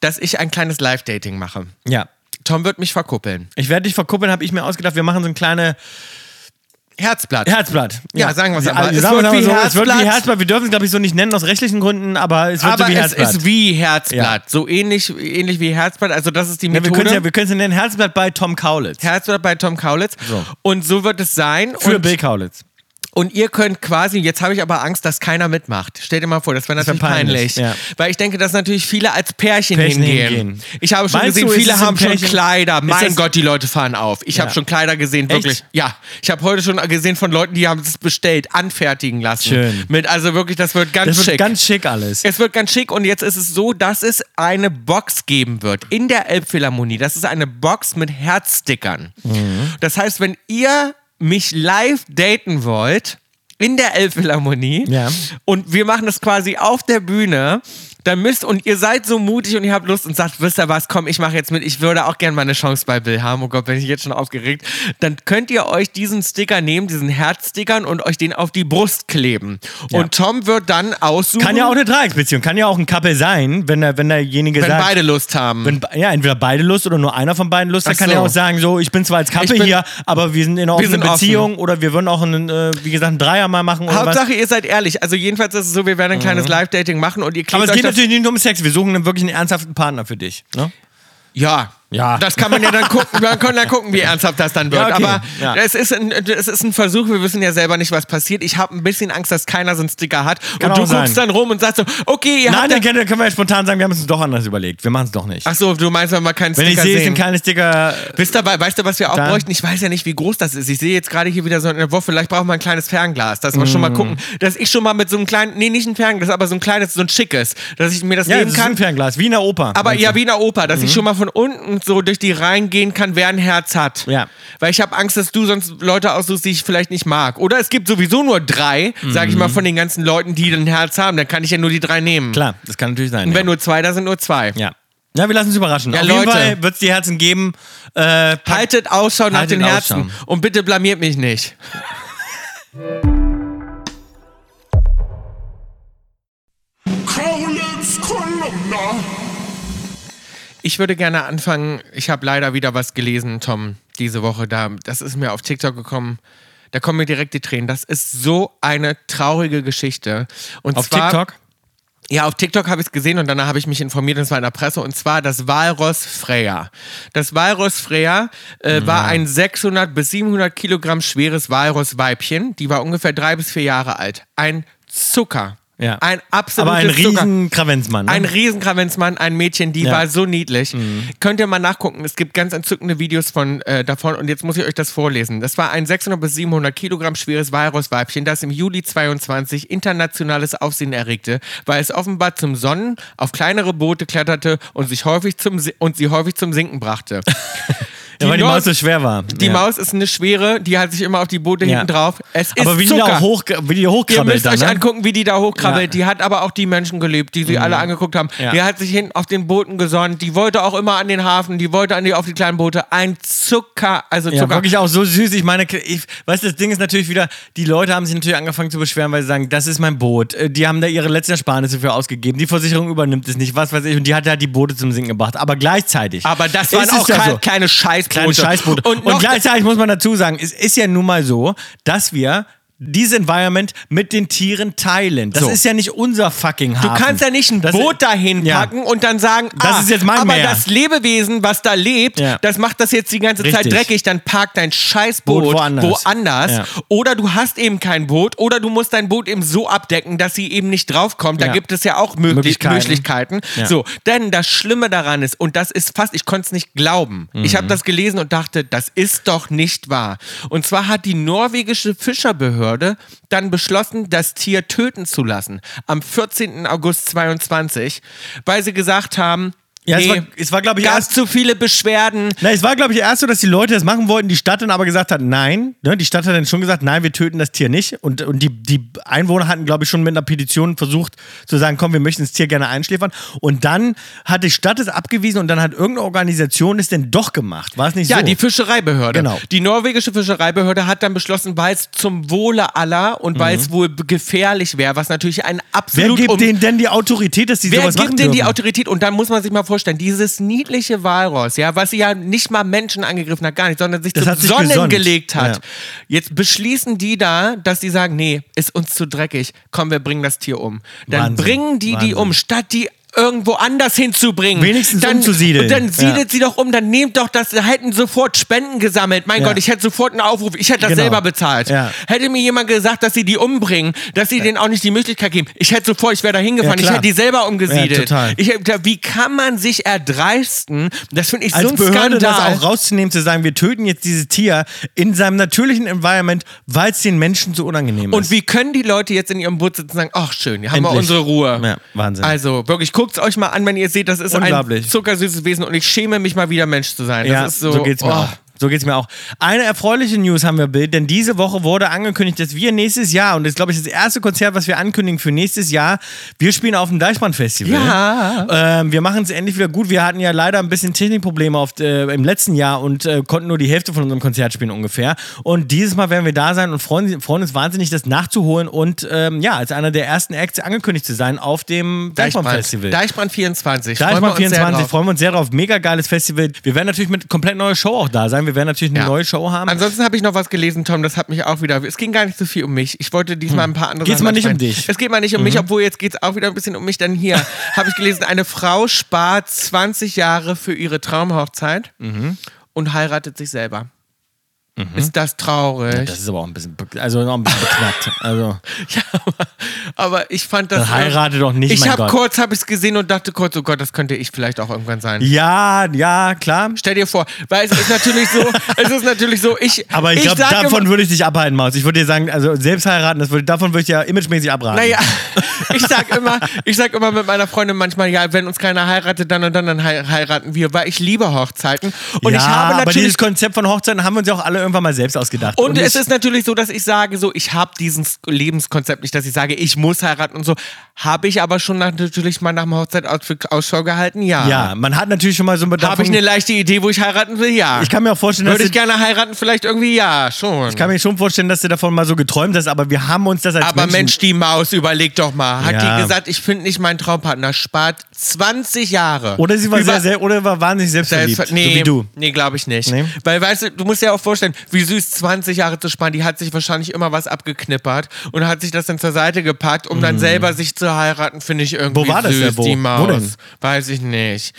dass ich ein kleines Live-Dating mache. ja. Tom wird mich verkuppeln. Ich werde dich verkuppeln, habe ich mir ausgedacht. Wir machen so ein kleine Herzblatt. Herzblatt. Ja, sagen wir's aber. also Es sagen wir wird sagen wir wie so, es wird wie Herzblatt. Herzblatt. Wir dürfen es, glaube ich, so nicht nennen aus rechtlichen Gründen, aber es wird Aber so wie es Herzblatt. ist wie Herzblatt. So ähnlich, ähnlich wie Herzblatt. Also das ist die Ja, wir Methode. können ja, wir können's ja nennen Herzblatt bei Tom Kaulitz. Herzblatt bei Tom Kaulitz. So. Und so wird es sein. Für und, Bill Kaulitz. und ihr könnt quasi, jetzt habe ich aber Angst, dass keiner mitmacht. Stell dir mal vor, das wäre wär natürlich peinlich. peinlich, ja. Weil ich denke, dass natürlich viele als Pärchen, Pärchen hingehen. hingehen. Ich habe schon Meinst gesehen, du, ist viele es ein haben schon Pärchen? Kleider. Ist Mein das- Gott, die Leute fahren auf. Ich habe Ja. schon Kleider gesehen, wirklich. Ja, ich habe heute schon gesehen von Leuten, die haben es bestellt, anfertigen lassen. Schön. Mit, also wirklich, das wird ganz Das schick. wird ganz schick alles. Es wird ganz schick und jetzt ist es so, dass es eine Box geben wird in der Elbphilharmonie. Das ist eine Box mit Herzstickern. Mhm. Das heißt, wenn ihr mich live daten wollt in der Elbphilharmonie Ja. und wir machen das quasi auf der Bühne, dann müsst und ihr seid so mutig und ihr habt Lust und sagt, wisst ihr was, komm, ich mache jetzt mit, ich würde auch gerne mal eine Chance bei Bill haben. Oh Gott, bin ich jetzt schon aufgeregt. Dann könnt ihr euch diesen Sticker nehmen, diesen Herzstickern und euch den auf die Brust kleben. Und Tom wird dann aussuchen. Kann ja auch eine Dreiecksbeziehung, kann ja auch ein Couple sein, wenn, der, wenn derjenige Wenn sagt. beide Lust haben. wenn, be- ja, entweder beide Lust oder nur einer von beiden Lust hat, Ach kann so. ja auch sagen, so, ich bin zwar als Ich Couple bin- hier, aber wir sind in einer Wir offenen sind offen. Beziehung oder wir würden auch einen, äh, wie gesagt, einen Dreier mal machen oder was. Mhm. Hauptsache, ihr seid ehrlich. Also jedenfalls ist es so, wir werden ein kleines Live-Dating machen und ihr kriegt Aber es euch geht das natürlich nicht nur um Sex, wir suchen einen wirklich einen ernsthaften Partner für dich. Ne? Ja. Ja. Das kann man ja dann gucken, man kann dann gucken, wie ernsthaft das dann wird. Ja, okay. Aber Ja. es, ist ein, es ist ein Versuch, wir wissen ja selber nicht, was passiert. Ich habe ein bisschen Angst, dass keiner so einen Sticker hat. Kann und du auch sein. guckst dann rum und sagst so, okay, ihr Nein, habt dann ja... können, können wir ja spontan sagen, wir haben es uns doch anders überlegt. Wir machen es doch nicht. Ach so, du meinst, wenn wir keinen wenn ich Sticker sehe, es sehen. sind keine Sticker. Bist dabei, weißt du, was wir auch Dann- bräuchten? Ich weiß ja nicht, wie groß das ist. Ich sehe jetzt gerade hier wieder so eine Wurf. Vielleicht brauchen wir ein kleines Fernglas, dass wir schon Mm. mal gucken, dass ich schon mal mit so einem kleinen, nee, nicht ein Fernglas, aber so ein kleines, so ein schickes, dass ich mir das Ja, nehmen es ist kann. ein Fernglas, wie in der Oper. Aber meinst ja, du? Mhm. wie in der Oper, dass ich schon mal von unten und so durch die Reihen gehen kann, wer ein Herz hat. Ja. Weil ich habe Angst, dass du sonst Leute aussuchst, die ich vielleicht nicht mag. Oder es gibt sowieso nur drei, sage ich Mhm. mal, von den ganzen Leuten, die ein Herz haben. Dann kann ich ja nur die drei nehmen. Klar, das kann natürlich sein. Und ja. wenn nur zwei, da sind nur zwei. ja. ja, wir lassen uns überraschen. Ja, Auf jeden Leute. Fall wird es die Herzen geben. Äh, pack- Haltet Ausschau nach Haltet den Herzen. Ausschau. Und bitte blamiert mich nicht. Collins Kolumna. Ich würde gerne anfangen. Ich habe leider wieder was gelesen, Tom, diese Woche. Da, das ist mir auf TikTok gekommen. Da kommen mir direkt die Tränen. Das ist so eine traurige Geschichte. Und auf zwar, TikTok. Ja, auf TikTok habe ich es gesehen und danach habe ich mich informiert, und es war in der Presse, und zwar das Walross Freya. Das Walross Freya äh, war ein 600 bis 700 Kilogramm schweres Walrossweibchen, die war ungefähr drei bis vier Jahre alt. Ein Zucker. Ja. Ein absolutes Aber ein Zucker. riesen Kravenzmann. Ne? Ein Riesenkravenzmann, ein Mädchen, die Ja. Mhm. war so niedlich. Könnt ihr mal nachgucken, es gibt ganz entzückende Videos von, äh, davon und jetzt muss ich euch das vorlesen. Das war ein 600 bis 700 Kilogramm schweres Walrossweibchen, das im Juli 22 internationales Aufsehen erregte, weil es offenbar zum Sonnen auf kleinere Boote kletterte und, sich häufig zum, Si- und sie häufig zum Sinken brachte. ja, weil die Nord- Maus so schwer war. Die ja. Maus ist eine schwere, die hat sich immer auf die Boote Ja. hinten drauf. Es ist Aber wie die, Zucker. da hoch, wie die Ihr hochkrabbelt müsst dann, euch ne? angucken, wie die da hochkrabbelt. Ja. Mhm. Die hat aber auch die Menschen gelebt, die sie alle angeguckt haben. Ja. Die hat sich hinten auf den Booten gesonnen. Die wollte auch immer an den Hafen. Die wollte an die, auf die kleinen Boote. Ein Zucker, also Ja, Zucker. wirklich auch so süß. Ich meine, ich, weißt du, das Ding ist natürlich wieder, die Leute haben sich natürlich angefangen zu beschweren, weil sie sagen, das ist mein Boot. Äh, Die haben da ihre letzten Ersparnisse für ausgegeben. Die Versicherung übernimmt es nicht, was weiß ich. Und die hat halt die Boote zum Sinken gebracht. Aber gleichzeitig. aber das waren ist es auch ja ke- so. kleine Scheißboote. kleine Scheißboote. Und, Und, noch, gleichzeitig muss man dazu sagen, es ist ja nun mal so, dass wir dieses Environment mit den Tieren teilen. Das So. ist ja nicht unser fucking du Hafen. kannst ja nicht ein Das- Boot dahin Ja. packen und dann sagen, Das ah, ist jetzt mein aber Meer. das Lebewesen, was da lebt, Ja. das macht das jetzt die ganze Zeit Richtig. dreckig. Dann park dein Scheißboot Boot woanders. woanders. Ja. Oder du hast eben kein Boot oder du musst dein Boot eben so abdecken, dass sie eben nicht draufkommt. Da Ja. gibt es ja auch Möglich Möglichkeiten. Möglichkeiten. Ja. So, denn das Schlimme daran ist, und das ist fast, ich konnte es nicht glauben. Ich Mhm. habe das gelesen und dachte, das ist doch nicht wahr. Und zwar hat die norwegische Fischerbehörde dann beschlossen, das Tier töten zu lassen. Am 14. August 22, weil sie gesagt haben, Ja, es nee, war- es war, glaub ich, gab erst- zu viele Beschwerden. Na, es war, glaube ich, erst so, dass die Leute das machen wollten, die Stadt dann aber gesagt hat, nein. Ne? Die Stadt hat dann schon gesagt, nein, wir töten das Tier nicht. Und, und die, die Einwohner hatten, glaube ich, schon mit einer Petition versucht zu sagen, komm, wir möchten das Tier gerne einschläfern. Und dann hat die Stadt es abgewiesen und dann hat irgendeine Organisation es denn doch gemacht. War es nicht Ja, so? die Fischereibehörde. Genau. Die norwegische Fischereibehörde hat dann beschlossen, weil es zum Wohle aller und weil es wohl gefährlich wäre, was natürlich ein Mhm. Wer absolut gibt um denen denn die Autorität, dass die Wer sowas machen gibt denn die dürfen? Autorität? Und dann muss man sich mal vorstellen, dieses niedliche Walross, ja, was ja nicht mal Menschen angegriffen hat, gar nicht, sondern sich Das zum hat sich Sonnen gesonnt. gelegt hat. Ja. Jetzt beschließen die da, dass die sagen, nee, ist uns zu dreckig, komm, wir bringen das Tier um. Dann Wahnsinn. bringen die die Wahnsinn. um, statt die irgendwo anders hinzubringen. Wenigstens dann, umzusiedeln. Und dann siedelt Ja. sie doch um, dann nehmt doch das, da hätten sofort Spenden gesammelt. Mein Ja. Gott, ich hätte sofort einen Aufruf, ich hätte das Genau. selber bezahlt. Ja. Hätte mir jemand gesagt, dass sie die umbringen, dass sie denen auch nicht die Möglichkeit geben, ich hätte sofort, ich wäre da hingefahren, ich klar. hätte die selber umgesiedelt. Ja, total. Ich, hab gedacht, wie kann man sich erdreisten? Das finde ich als so ein Behörde Skandal. das auch rauszunehmen, zu sagen, wir töten jetzt dieses Tier in seinem natürlichen Environment, weil es den Menschen so unangenehm ist. und wie können die Leute jetzt in ihrem Boot sitzen und sagen, ach schön, hier haben wir Endlich. unsere Ruhe. Ja, Wahnsinn. Also wirklich, guckt es euch mal an, wenn ihr seht, das ist ein Unglaublich. zuckersüßes Wesen und ich schäme mich mal wieder Mensch zu sein. Ja, das ist so, geht's mir oh. auch. So geht's mir auch. Eine erfreuliche News haben wir, Bill, denn diese Woche wurde angekündigt, dass wir nächstes Jahr, und das ist, glaube ich, das erste Konzert, was wir ankündigen für nächstes Jahr, wir spielen auf dem Deichmann-Festival. Ja. Ähm, wir machen es endlich wieder gut. Wir hatten ja leider ein bisschen Technikprobleme auf, äh, im letzten Jahr und äh, konnten nur die Hälfte von unserem Konzert spielen ungefähr. Und dieses Mal werden wir da sein und freuen, freuen uns wahnsinnig, das nachzuholen und ähm, ja, als einer der ersten Acts angekündigt zu sein auf dem Deichmann-Festival. Deichmann, Deichmann 24. freuen wir Deichmann uns sehr 24, drauf. freuen wir uns sehr drauf. Mega geiles Festival. Wir werden natürlich mit komplett neuer Show auch da sein. Wir werden natürlich eine Ja. Also neue Show haben. Ansonsten habe ich noch was gelesen, Tom, das hat mich auch wieder. Es ging gar nicht so viel um mich. Ich wollte diesmal ein paar andere Geht's Sachen mal nicht um ansprechen. dich? Es geht mal nicht um mich, obwohl jetzt geht es auch wieder ein bisschen um mich, denn hier habe ich gelesen, eine Frau spart 20 Jahre für ihre Traumhochzeit Mhm. und heiratet sich selber. Ist das traurig? das ist aber auch ein bisschen, be- also noch ein bisschen beknackt. Also, Ja, aber, aber ich fand das. Dann heirate doch nicht, Ich mein habe Gott. kurz habe ich es gesehen und dachte kurz, oh Gott, das könnte ich vielleicht auch irgendwann sein. ja, ja, klar. Stell dir vor, weil es ist natürlich so, es ist natürlich so, ich. Aber ich, glaube, sag immer- davon würde ich dich abhalten, Maus. Ich würde dir sagen, also selbst heiraten, das würde, davon würde ich ja imagemäßig abraten. Naja, ich sag immer, ich sag immer mit meiner Freundin manchmal, ja, wenn uns keiner heiratet, dann und dann, dann hei- heiraten wir, weil ich liebe Hochzeiten. Und ja, ich habe aber natürlich dieses Konzept von Hochzeiten haben wir uns ja auch alle irgendwann mal selbst ausgedacht. Und, es ich- ist natürlich so, dass ich sage, so ich habe dieses Lebenskonzept nicht, dass ich sage, ich muss heiraten und so. Habe ich aber schon nach, natürlich mal nach dem Hochzeit-Outfit Ausschau gehalten, ja. ja, man hat natürlich schon mal so einen Habe ich eine leichte Idee, wo ich heiraten will? Ja. Ich kann mir auch vorstellen, dass Würde ich du, gerne heiraten, vielleicht irgendwie ja, schon. kann mir schon vorstellen, dass du davon mal so geträumt hast, aber wir haben uns das als aber Menschen, Mensch, die Maus, überleg doch mal. Hat Ja. die gesagt, ich finde nicht meinen Traumpartner, spart 20 Jahre. oder sie war Über- sehr, sehr oder war wahnsinnig selbstverliebt, Selbst, Äh, nee, so wie du. Nee, glaube ich nicht. Nee? Weil, weißt du, du musst dir auch vorstellen, wie süß 20 Jahre zu sparen, die hat sich wahrscheinlich immer was abgeknippert und hat sich das dann zur Seite gepackt, um dann selber sich zu heiraten, finde ich irgendwie Mhm. Wo war das süß, denn? Wo? die Wo Maus. denn? Ah, Weiß ich nicht.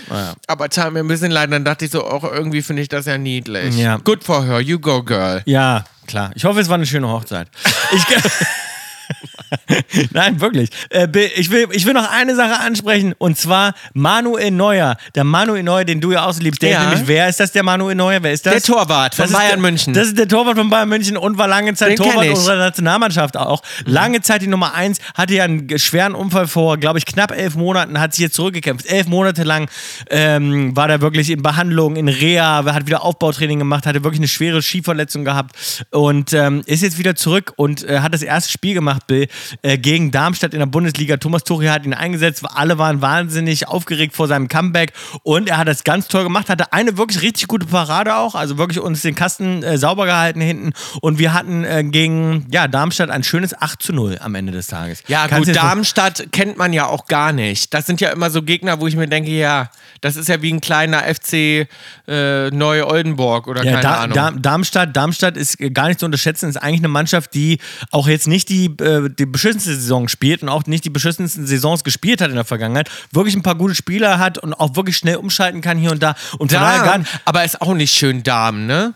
Aber tat mir ein bisschen leid, dann dachte ich so, auch irgendwie finde ich das ja niedlich. Ja. Good for her, you go girl. Ja, klar. Ich hoffe, es war eine schöne Hochzeit. Ich ge- Nein, wirklich. Äh, Bill, Ich will, ich will noch eine Sache ansprechen und zwar Manuel Neuer. Der Manuel Neuer, den du ja auch so liebst. Der Ja. ist nämlich, wer ist das, der Manuel Neuer? Wer ist das? Der Torwart von Das ist Bayern der, München. Das ist der Torwart von Bayern München und war lange Zeit Den kenn Torwart ich. Mhm. unserer Nationalmannschaft auch. Lange Zeit die Nummer eins, hatte ja einen schweren Unfall vor, glaube ich, knapp elf Monaten, hat sich jetzt zurückgekämpft. Elf Monate lang ähm, war der wirklich in Behandlung, in Reha, hat wieder Aufbautraining gemacht, hatte wirklich eine schwere Skiverletzung gehabt und ähm, ist jetzt wieder zurück und äh, hat das erste Spiel gemacht, Bill, äh, gegen Darmstadt in der Bundesliga. Thomas Tuchel hat ihn eingesetzt, alle waren wahnsinnig aufgeregt vor seinem Comeback und er hat das ganz toll gemacht, hatte eine wirklich richtig gute Parade auch, also wirklich uns den Kasten äh, sauber gehalten hinten und wir hatten äh, gegen ja, Darmstadt ein schönes 8 zu 0 am Ende des Tages. Ja, Kannst gut, du dir das Darmstadt kennt man ja auch gar nicht. Das sind ja immer so Gegner, wo ich mir denke, ja, das ist ja wie ein kleiner FC äh, Neu-Oldenburg oder Ja, keine da, Ahnung. Da, Darmstadt, Darmstadt ist äh, gar nicht zu unterschätzen, ist eigentlich eine Mannschaft, die auch jetzt nicht die, äh, die beschissenste Saison spielt und auch nicht die beschissensten Saisons gespielt hat in der Vergangenheit, wirklich ein paar gute Spieler hat und auch wirklich schnell umschalten kann hier und da. Und von daher gar, Darm, aber ist auch nicht schön Darm, ne?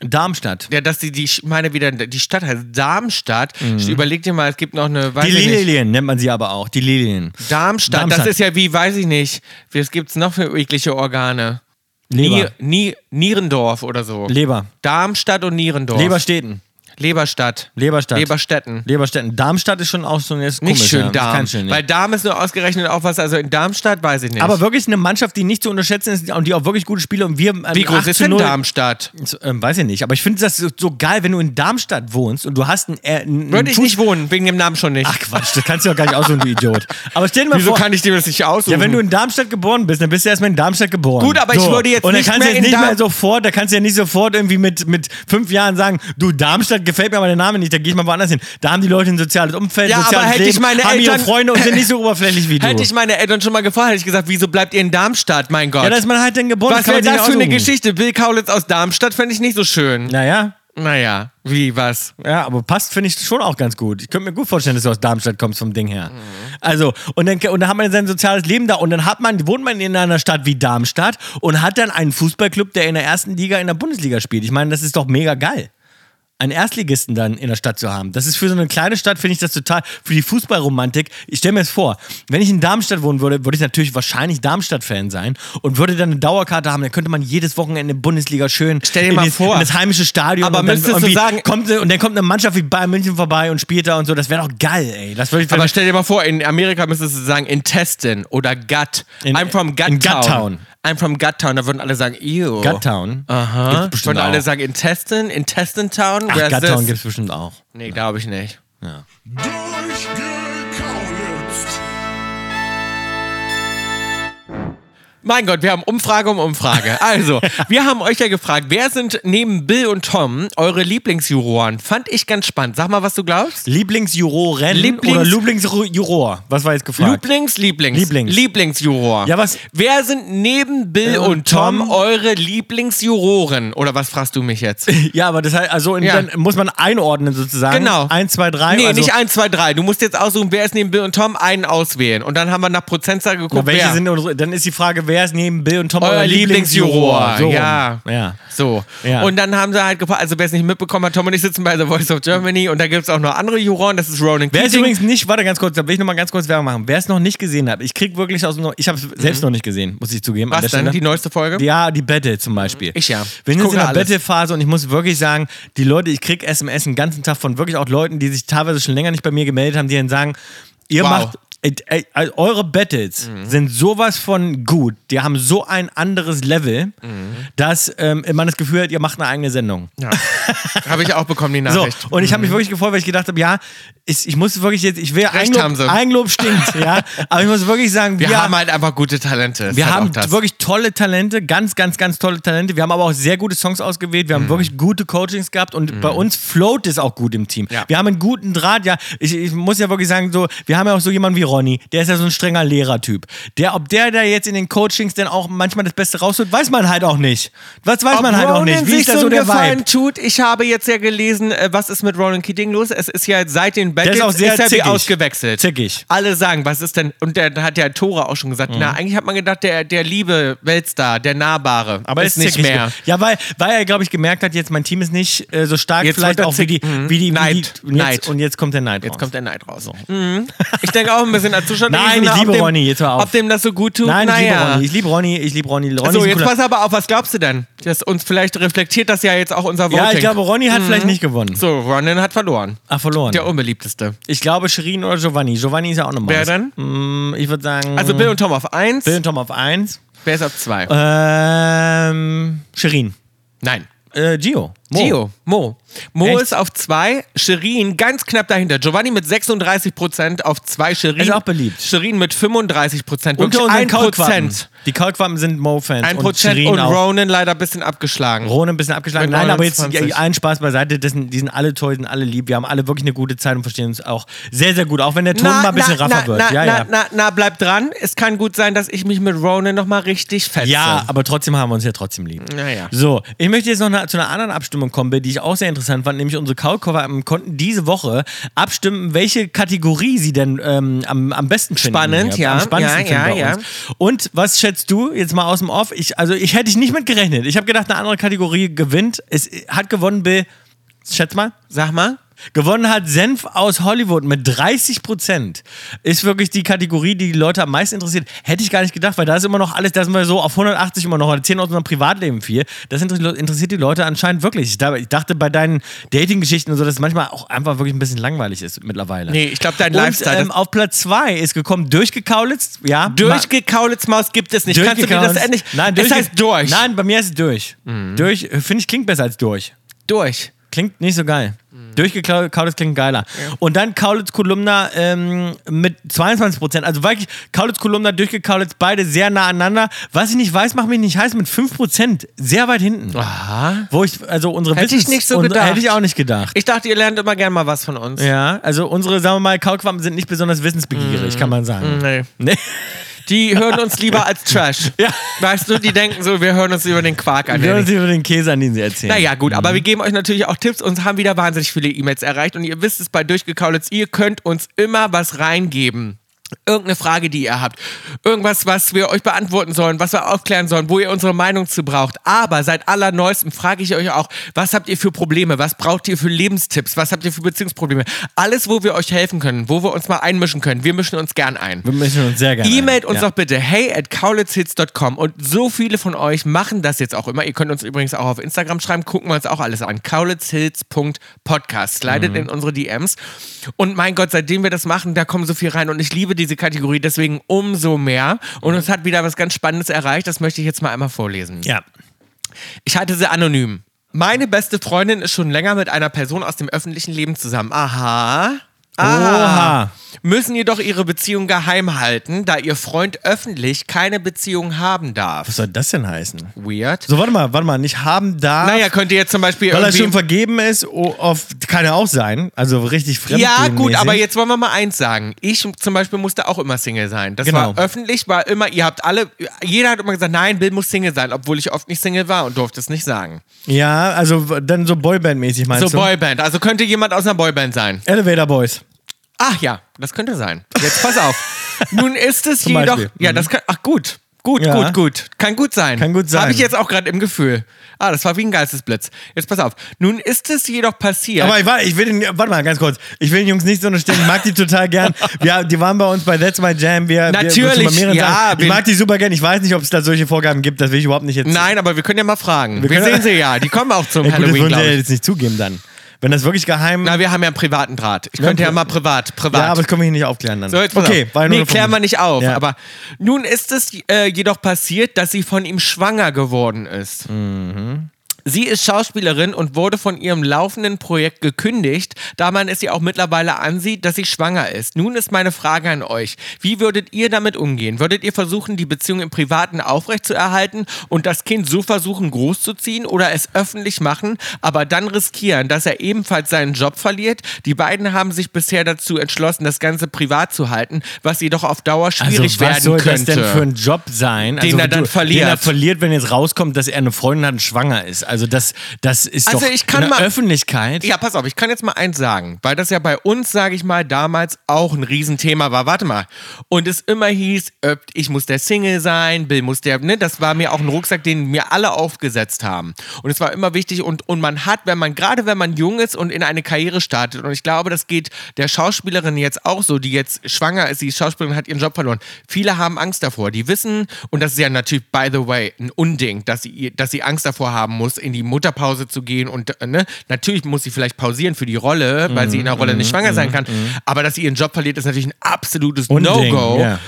Darmstadt. Ja, dass die, die ich meine wieder, die Stadt heißt Darmstadt. Überleg dir mal, es gibt noch eine, weiß Mhm. Die ich nicht, Lilien nennt man sie aber auch, die Lilien. Darmstadt. Das Darmstadt. ist ja wie, weiß ich nicht, was gibt's noch für eklige Organe? Leber. Ni- Ni- Nierendorf oder so. Leber. Darmstadt und Nierendorf. Leberstädten. Leberstadt. Leberstadt. Leberstätten. Leberstätten. Darmstadt ist schon auch so ein ist Nicht komisch, ja. schön Ist kein Darm. schön, nee. Weil Darm ist nur ausgerechnet auch was, also in Darmstadt weiß ich nicht. aber wirklich eine Mannschaft, die nicht zu unterschätzen ist und die auch wirklich gute Spiele und wir ähm, wie groß 8 ist zu denn 0 Darmstadt? So, Ähm, weiß ich nicht, aber ich finde das so, so geil, wenn du in Darmstadt wohnst und du hast einen. Äh, einen Würde ich Fuß- nicht wohnen, wegen dem Namen schon nicht. Ach Quatsch, das kannst du doch gar nicht aussuchen, du Idiot. Aber stell dir mal Wieso vor. kann ich dir das nicht aussuchen? Ja, wenn du in Darmstadt geboren bist, dann bist du erstmal in Darmstadt geboren. Gut, aber ich würde jetzt Und dann nicht kannst du mehr jetzt in nicht Darm- mehr sofort, da kannst du ja nicht sofort irgendwie mit, mit fünf Jahren sagen, du, Darmstadt gefällt mir aber der Name nicht, da gehe ich mal woanders hin. Da haben die Leute ein soziales Umfeld, Ja, aber soziales hätte ich Leben, meine haben ihre Eltern- Freunde und sind nicht so oberflächlich wie du. Hätte ich meine Eltern schon mal gefragt, hätte ich gesagt, wieso bleibt ihr in Darmstadt, mein Gott? ja, da ist man halt dann geboren. was kann wäre man sich das nicht für eine aussuchen. Geschichte? Bill Kaulitz aus Darmstadt fände ich nicht so schön. Naja. Naja, wie, was? Ja, aber passt, finde ich schon auch ganz gut. Ich könnte mir gut vorstellen, dass du aus Darmstadt kommst vom Ding her. Mhm. Also, und dann, und dann hat man sein soziales Leben da und dann hat man, wohnt man in einer Stadt wie Darmstadt und hat dann einen Fußballclub, der in der ersten Liga in der Bundesliga spielt. Ich meine, das ist doch mega geil. Einen Erstligisten dann in der Stadt zu haben. Das ist für so eine kleine Stadt, finde ich das total, für die Fußballromantik. Ich stelle mir das vor, wenn ich in Darmstadt wohnen würde, würde ich natürlich wahrscheinlich Darmstadt-Fan sein und würde dann eine Dauerkarte haben. Dann könnte man jedes Wochenende Bundesliga schön Stell dir in mal das- vor. in das heimische Stadion Aber und dann müsstest du irgendwie sagen- kommt, und dann kommt eine Mannschaft wie Bayern München vorbei und spielt da und so. Das wäre doch geil, ey. Das würde ich Aber stell dir mal vor, in Amerika müsstest du sagen Intestine oder Gut. In- I'm from Gut in Gut Town. Town. I'm from Gut Town. Da würden alle sagen, ew. Guttown. Aha. Gibt's Ich bestimmt würde auch. alle sagen Intestine, Intestine Town. Ach, Where's Guttown this? gibt es bestimmt auch. Nee, glaube ich nicht. Durchgekauletzt. Mein Gott, wir haben Umfrage um Umfrage. Also, wir haben euch ja gefragt, wer sind neben Bill und Tom eure Lieblingsjuroren? Fand ich ganz spannend. Sag mal, was du glaubst. Lieblingsjuroren Lieblings- oder Lieblingsjuror? Was war jetzt gefragt? Lieblings, Lieblings, Lieblings. Lieblingsjuror. Ja, was- Wer sind neben Bill Bill und, und Tom, Tom eure Lieblingsjuroren? Oder was fragst du mich jetzt? ja, aber das heißt, also in, Ja. dann muss man einordnen sozusagen. Genau. Eins, zwei, drei. Nee, also, nicht 1, 2, 3. Du musst jetzt aussuchen, wer ist neben Bill und Tom, einen auswählen. Und dann haben wir nach Prozentzahl geguckt, Na, welche wer. sind unsere, dann ist die Frage, wer ist neben Bill und Tom euer Lieblingsjuror. So rum. ja. ja. So. Ja. Und dann haben sie halt gefragt, also wer es nicht mitbekommen hat, Tom und ich sitzen bei The Voice of Germany und da gibt es auch noch andere Juroren, das ist Ronan Wer es Keating. übrigens nicht, warte ganz kurz, da will ich nochmal ganz kurz Werbung machen. Wer es noch nicht gesehen hat, ich krieg wirklich aus dem, ich habe es selbst noch nicht gesehen, muss ich zugeben. an Mhm. Was der denn? Stelle. Die neueste Folge? Ja, ne? die Battle zum Beispiel. Ich ja. Wir Ich sind jetzt gucke in der alles. Battle-Phase und ich muss wirklich sagen, die Leute, ich krieg SMS den ganzen Tag von wirklich auch Leuten, die sich teilweise schon länger nicht bei mir gemeldet haben, die dann sagen, ihr Wow. Mhm. macht, It, äh, also eure Battles sind sowas von gut. Die haben so ein anderes Level, dass ähm, man das Gefühl hat, ihr macht eine eigene Sendung. Mhm. Ja. Mhm. habe ich auch bekommen, die So, Nachricht. und ich habe mich wirklich gefreut, weil ich gedacht habe, ja, ist, ich muss wirklich jetzt, ich will, haben sie. Eigenlob, Eigenlob stinkt, ja, aber ich muss wirklich sagen, wir haben halt einfach gute Talente. Ist wir halt auch haben das. wirklich tolle Talente, ganz, ganz, ganz tolle Talente. Wir haben aber auch sehr gute Songs ausgewählt. Wir Mhm. haben wirklich gute Coachings gehabt und bei uns float es auch gut im Team. Ja. Wir haben einen guten Draht. Ja, ich, ich muss ja wirklich sagen, so, wir haben ja auch so jemanden wie Ronny, der ist ja so ein strenger Lehrertyp. Der, ob der da jetzt in den Coachings denn auch manchmal das Beste rausholt, weiß man halt auch nicht. Was weiß man halt auch Ronan nicht. Wie sich ist da so einen der Gefallen Vibe? tut. Ich habe jetzt ja gelesen, äh, was ist mit Ronan Keating los? Es ist ja seit den Battles auch sehr ist er wie zickig. ausgewechselt. Zickig. Alle sagen, was ist denn? Und der da hat ja Tore auch schon gesagt. Mhm. Na, eigentlich hat man gedacht, der, der liebe Weltstar, der Nahbare, Aber ist ist nicht zickig. mehr. Ja, weil, weil er, glaube ich, gemerkt hat, jetzt mein Team ist nicht äh, so stark, Jetzt vielleicht wird er auch wie die, zick- Mhm. wie die, wie die Neid. Und, jetzt, Neid. und jetzt kommt der Neid. Jetzt kommt der Neid raus. Mhm. Ich denke auch ein bisschen als Zuschauer. Nein, na, ich ob liebe dem- Ronny, jetzt hör auf. Ob dem das so gut tut? Nein, ich liebe naja. Ronny. Ich liebe Ronny. Ich liebe Ronny. Ronny So, ist ein jetzt cooler- pass aber auf, was glaubst du denn? Das uns vielleicht reflektiert das ja jetzt auch unser Voting. ja, ich glaube, Ronny hat vielleicht nicht gewonnen. Mhm. so, Ronan hat verloren. Ah, verloren. Der unbeliebtester. Ich glaube, Shirin oder Giovanni. Giovanni ist ja auch nochmal. Wer denn? Mm, Ich würde sagen, Also Bill und Tom auf 1, Mhm. Bill Äh, und Tom auf 1. wer ist auf 2? Ähm, Shirin. Nein. Äh, Gio. Mo. Gio, Mo. Mo Echt? ist auf 2, Shirin ganz knapp dahinter. Giovanni mit 36% auf 2, Shirin. Ist auch beliebt. Shirin mit 35%. Unter wirklich 1%. unseren Kaulquappen. Die Kaulquappen sind Mo-Fans. 1% und und, Shirin auch. Ronan leider ein bisschen abgeschlagen. Rone ein bisschen abgeschlagen. Mit Nein, aber jetzt 29. ja, einen Spaß beiseite. Das sind, die sind alle toll, sind alle lieb. Wir haben alle wirklich eine gute Zeit und verstehen uns auch sehr, sehr gut. Auch wenn der Ton mal ein bisschen raffer na, wird. Na, ja, na, ja. Na, na, bleib dran. Es kann gut sein, dass ich mich mit Ronan nochmal richtig fetze. Ja, aber trotzdem haben wir uns ja trotzdem lieb. Naja. So, ich möchte jetzt noch na- zu einer anderen Abstimmung kommen, die ich auch sehr interessant fand, nämlich unsere Kaulcover konnten diese Woche abstimmen, welche Kategorie sie denn ähm, am, am besten finden. Spannend, ja. Am spannendsten Ja, finden ja, bei uns. Und was schätzt du jetzt mal aus dem Off? Ich, also ich hätte ich nicht mit gerechnet. Ich habe gedacht, eine andere Kategorie gewinnt. Es hat gewonnen Bill, schätz mal. Sag mal. Gewonnen hat Senf aus Hollywood mit 30 Prozent. Ist wirklich die Kategorie, die die Leute am meisten interessiert. Hätte ich gar nicht gedacht, weil da ist immer noch alles, da sind wir so auf 180 immer noch, oder 10 aus unserem Privatleben viel. Das inter- interessiert die Leute anscheinend wirklich. Ich da- ich dachte bei deinen Dating-Geschichten und so, dass es manchmal auch einfach wirklich ein bisschen langweilig ist mittlerweile. Nee, ich glaube, dein und, Lifestyle. Ähm, auf Platz 2 ist gekommen, durchgekaulitzt. Ja, Ma- Durchgekaulitz-Maus gibt es nicht. Kannst du mir das durchgekaulitzt. endlich. Nein, es durchge- heißt durch. Mhm. Nein, bei mir ist es durch. Durch, äh, finde ich, klingt besser als durch. Durch. Klingt nicht so geil. Mhm. Durchgeklaut, Kaulitz klingt geiler. Und dann Kaulitz Kolumna ähm, mit 22 Prozent. Also wirklich Kaulitz Kolumna, durchgekaulitz, beide sehr nah aneinander. Was ich nicht weiß, macht mich nicht heiß mit 5 Prozent. Sehr weit hinten. Aha. Wo ich, also unsere Hätte ich Wissens- nicht so und- gedacht. Hätte ich auch nicht gedacht. Ich dachte, ihr lernt immer gern mal was von uns. Ja, also unsere, sagen wir mal, Kaulquappen sind nicht besonders wissensbegierig, Mhm. kann man sagen. Nee. Nee. Die hören uns lieber als Trash. Ja. Weißt du, die denken so, wir hören uns über den Quark an. Wir hören der uns über den Käse an, den sie erzählen. Naja, gut, aber wir geben euch natürlich auch Tipps. Uns haben wieder wahnsinnig viele E-Mails erreicht und ihr wisst es bei Durchgekaulitz, ihr könnt uns immer was reingeben. Irgendeine Frage, die ihr habt. Irgendwas, was wir euch beantworten sollen, was wir aufklären sollen, wo ihr unsere Meinung zu braucht. Aber seit allerneuestem frage ich euch auch, was habt ihr für Probleme? Was braucht ihr für Lebenstipps? Was habt ihr für Beziehungsprobleme? Alles, wo wir euch helfen können, wo wir uns mal einmischen können. Wir mischen uns gern ein. Wir müssen uns sehr gerne. E-Mailt uns ja. doch bitte hey at kaulitzhits.com und so viele von euch machen das jetzt auch immer. Ihr könnt uns übrigens auch auf Instagram schreiben, gucken wir uns auch alles an. kaulitzhits.podcast. Slidet Mhm. in unsere DMs. Und mein Gott, seitdem wir das machen, da kommen so viel rein und ich liebe diese Kategorie, deswegen umso mehr. Und uns hat wieder was ganz Spannendes erreicht, das möchte ich jetzt mal einmal vorlesen. Ja. Ich halte sie anonym. Meine beste Freundin ist schon länger mit einer Person aus dem öffentlichen Leben zusammen. Aha. Oh. Oha. Müssen jedoch ihre Beziehung geheim halten, da ihr Freund öffentlich keine Beziehung haben Was darf. soll das denn heißen? Weird. So, warte mal, warte mal. Nicht haben da. Naja, könnte jetzt zum Beispiel Weil er schon irgendwie... vergeben ist, oh, auf, kann er auch sein. Also richtig fremd. Ja, gut, aber jetzt wollen wir mal eins sagen. Ich zum Beispiel musste auch immer Single sein. Das Genau. war öffentlich, war immer, ihr habt alle, jeder hat immer gesagt, nein, Bill muss Single sein, obwohl ich oft nicht Single war und durfte es nicht sagen. Ja, also w- dann so Boyband-mäßig meinst So du? Boyband, also könnte jemand aus einer Boyband sein. Elevator Boys. Ach ja, das könnte sein. Jetzt pass auf. Nun ist es Zum jedoch. Beispiel. Mhm. Ja, das kann. Ach gut. Gut, Ja. gut, gut. Kann gut sein. Kann gut sein. Habe ich jetzt auch gerade im Gefühl. Ah, das war wie ein Geistesblitz. Jetzt pass auf. Nun ist es jedoch passiert. Aber ich, war, ich will den, warte mal, ganz kurz. Ich will den Jungs nicht so eine Stimme. Ich mag die total gern. Wir, die waren bei uns bei That's My Jam. Wir, wir, Natürlich, schon bei mehreren ja, Sachen. wir- Ich mag die super gern. Ich weiß nicht, ob es da solche Vorgaben gibt. Das will ich überhaupt nicht jetzt. Nein, aber wir können ja mal fragen. Wir, können- sehen sie ja. Die kommen auch zum ja, gut, das Halloween, würden sie glaube ja ich. jetzt nicht zugeben dann. Wenn das wirklich geheim Na, wir haben ja einen privaten Draht. Ich könnte ja mal privat, privat. Ja, aber das können wir hier nicht aufklären dann. So, jetzt pass okay, auf. war ja nee, nur eine klären wir Vermutung. nicht auf. Ja. Aber nun ist es äh, jedoch passiert, dass sie von ihm schwanger geworden ist. Sie ist Schauspielerin und wurde von ihrem laufenden Projekt gekündigt, da man es ihr auch mittlerweile ansieht, dass sie schwanger ist. Nun ist meine Frage an euch. Wie würdet ihr damit umgehen? Würdet ihr versuchen, die Beziehung im Privaten aufrechtzuerhalten und das Kind so versuchen großzuziehen oder es öffentlich machen, aber dann riskieren, dass er ebenfalls seinen Job verliert? Die beiden haben sich bisher dazu entschlossen, das Ganze privat zu halten, was jedoch auf Dauer Also, schwierig was werden soll könnte. das denn für ein Job sein, Also Den er dann verliert. Den er verliert, wenn jetzt rauskommt, dass er eine Freundin hat und schwanger ist. Also das, das ist Also doch ich kann in der mal- Öffentlichkeit. Ja, pass auf, ich kann jetzt mal eins sagen, weil das ja bei uns, sage ich mal, damals auch ein Riesenthema war. Warte mal. Und es immer hieß, äh, ich muss der Single sein, Bill muss der, ne? Das war mir auch ein Rucksack, den mir alle aufgesetzt haben. Und es war immer wichtig und, und man hat, wenn man, gerade wenn man jung ist und in eine Karriere startet, und ich glaube, das geht der Schauspielerin jetzt auch so, die jetzt schwanger ist, die Schauspielerin hat ihren Job verloren. Viele haben Angst davor. Die wissen, und das ist ja natürlich, by the way, ein Unding, dass sie, ihr- dass sie Angst davor haben muss, in die Mutterpause zu gehen. Und äh, ne, natürlich muss sie vielleicht pausieren für die Rolle, weil sie in der Mhm, Rolle nicht schwanger sein kann. Aber dass sie ihren Job verliert, ist natürlich ein absolutes Unding, No-Go. ja.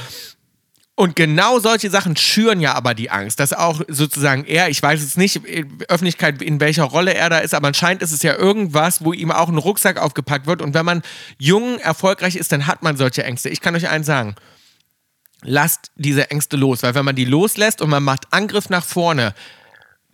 Und genau solche Sachen schüren ja aber die Angst, dass auch sozusagen er, ich weiß jetzt nicht, äh, Öffentlichkeit, in welcher Rolle er da ist, aber anscheinend ist es ja irgendwas, wo ihm auch ein Rucksack aufgepackt wird. Und wenn man jung erfolgreich ist, dann hat man solche Ängste. Ich kann euch eins sagen. Lasst diese Ängste los, weil wenn man die loslässt und man macht Angriff nach vorne,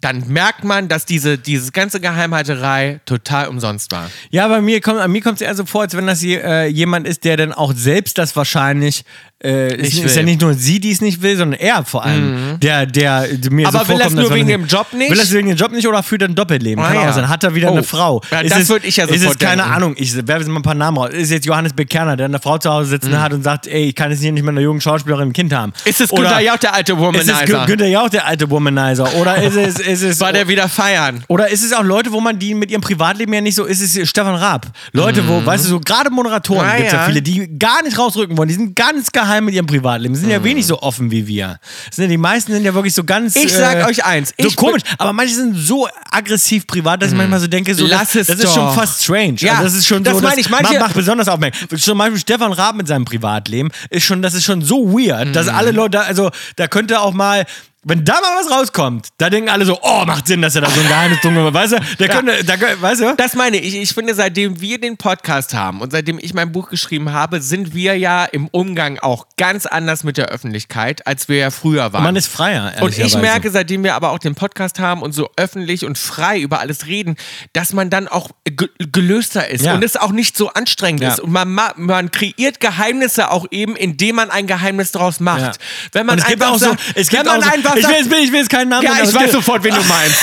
dann merkt man, dass diese, diese ganze Geheimhalterei total umsonst war. Ja, bei mir kommt, an mir kommt es eher so vor, als wenn das je- äh, jemand ist, der dann auch selbst das wahrscheinlich. Äh, ist, Nicht ist ja will. Mhm. nicht nur sie, die es nicht will, sondern er vor allem. Der, der mir Aber so will das vorkommt, nur dass man wegen das- dem Job nicht? Will das wegen dem Job nicht oder führt er ein Doppelleben? Ah, Kann ja. auch sein. Hat er wieder Oh. eine Frau? Ja, Ist das es- würd ich ja Ist es sofort keine denken. Ahnung. Ich werfe jetzt mal ein paar Namen raus. Ist jetzt Johannes Bekerner, der eine Frau zu Hause sitzen hat und sagt, ey, ich kann jetzt hier nicht mit einer jungen Schauspielerin ein Kind haben. Mhm. Ist es Oder- Günther Jauch, der alte Ist es Gü- Womanizer? Günther Jauch, der alte Womanizer? Oder ist es, ist es War der wieder feiern? oder ist es auch Leute, wo man die mit ihrem Privatleben ja nicht so ist? Es Stefan Raab. Leute, wo, weißt du, so gerade Moderatoren Ah, gibt's ja. Mhm. ja. viele, die gar nicht rausrücken wollen. Die sind ganz geheim mit ihrem Privatleben. Sind ja Mhm. wenig so offen wie wir. Sind ja, die meisten sind ja wirklich so ganz. äh, Ich sag euch eins, So ich Mhm. komisch. Aber manche sind so aggressiv privat, dass ich manchmal so denke, so, Lass das, es das ist schon doch. fast strange. Ja, also das ist schon das so. meine ich. Manche- man macht besonders aufmerksam. Zum Beispiel Stefan Raab mit seinem Privatleben ist schon, das ist schon so weird, dass alle Leute, also da könnte auch mal. Wenn da mal was rauskommt, da denken alle so, oh, macht Sinn, dass er da so ein Geheimnis drum gemacht hat. Weißt du, der könnte, da, kö- weißt du? Das meine ich. Ich finde, seitdem wir den Podcast haben und seitdem ich mein Buch geschrieben habe, sind wir ja im Umgang auch ganz anders mit der Öffentlichkeit, als wir ja früher waren. Man ist freier, und ich ehrlicherweise. merke, seitdem wir aber auch den Podcast haben und so öffentlich und frei über alles reden, dass man dann auch ge- gelöster ist Ja. und es auch nicht so anstrengend Ja. ist. Und man, ma- man kreiert Geheimnisse auch eben, indem man ein Geheimnis daraus macht. Ja. Wenn man Und es gibt einfach auch so, sagt, es wenn man gibt auch so, einfach ich will, sagt, jetzt, ich will jetzt keinen Namen ja, nennen, aber ich es weiß gibt- sofort, wen du meinst.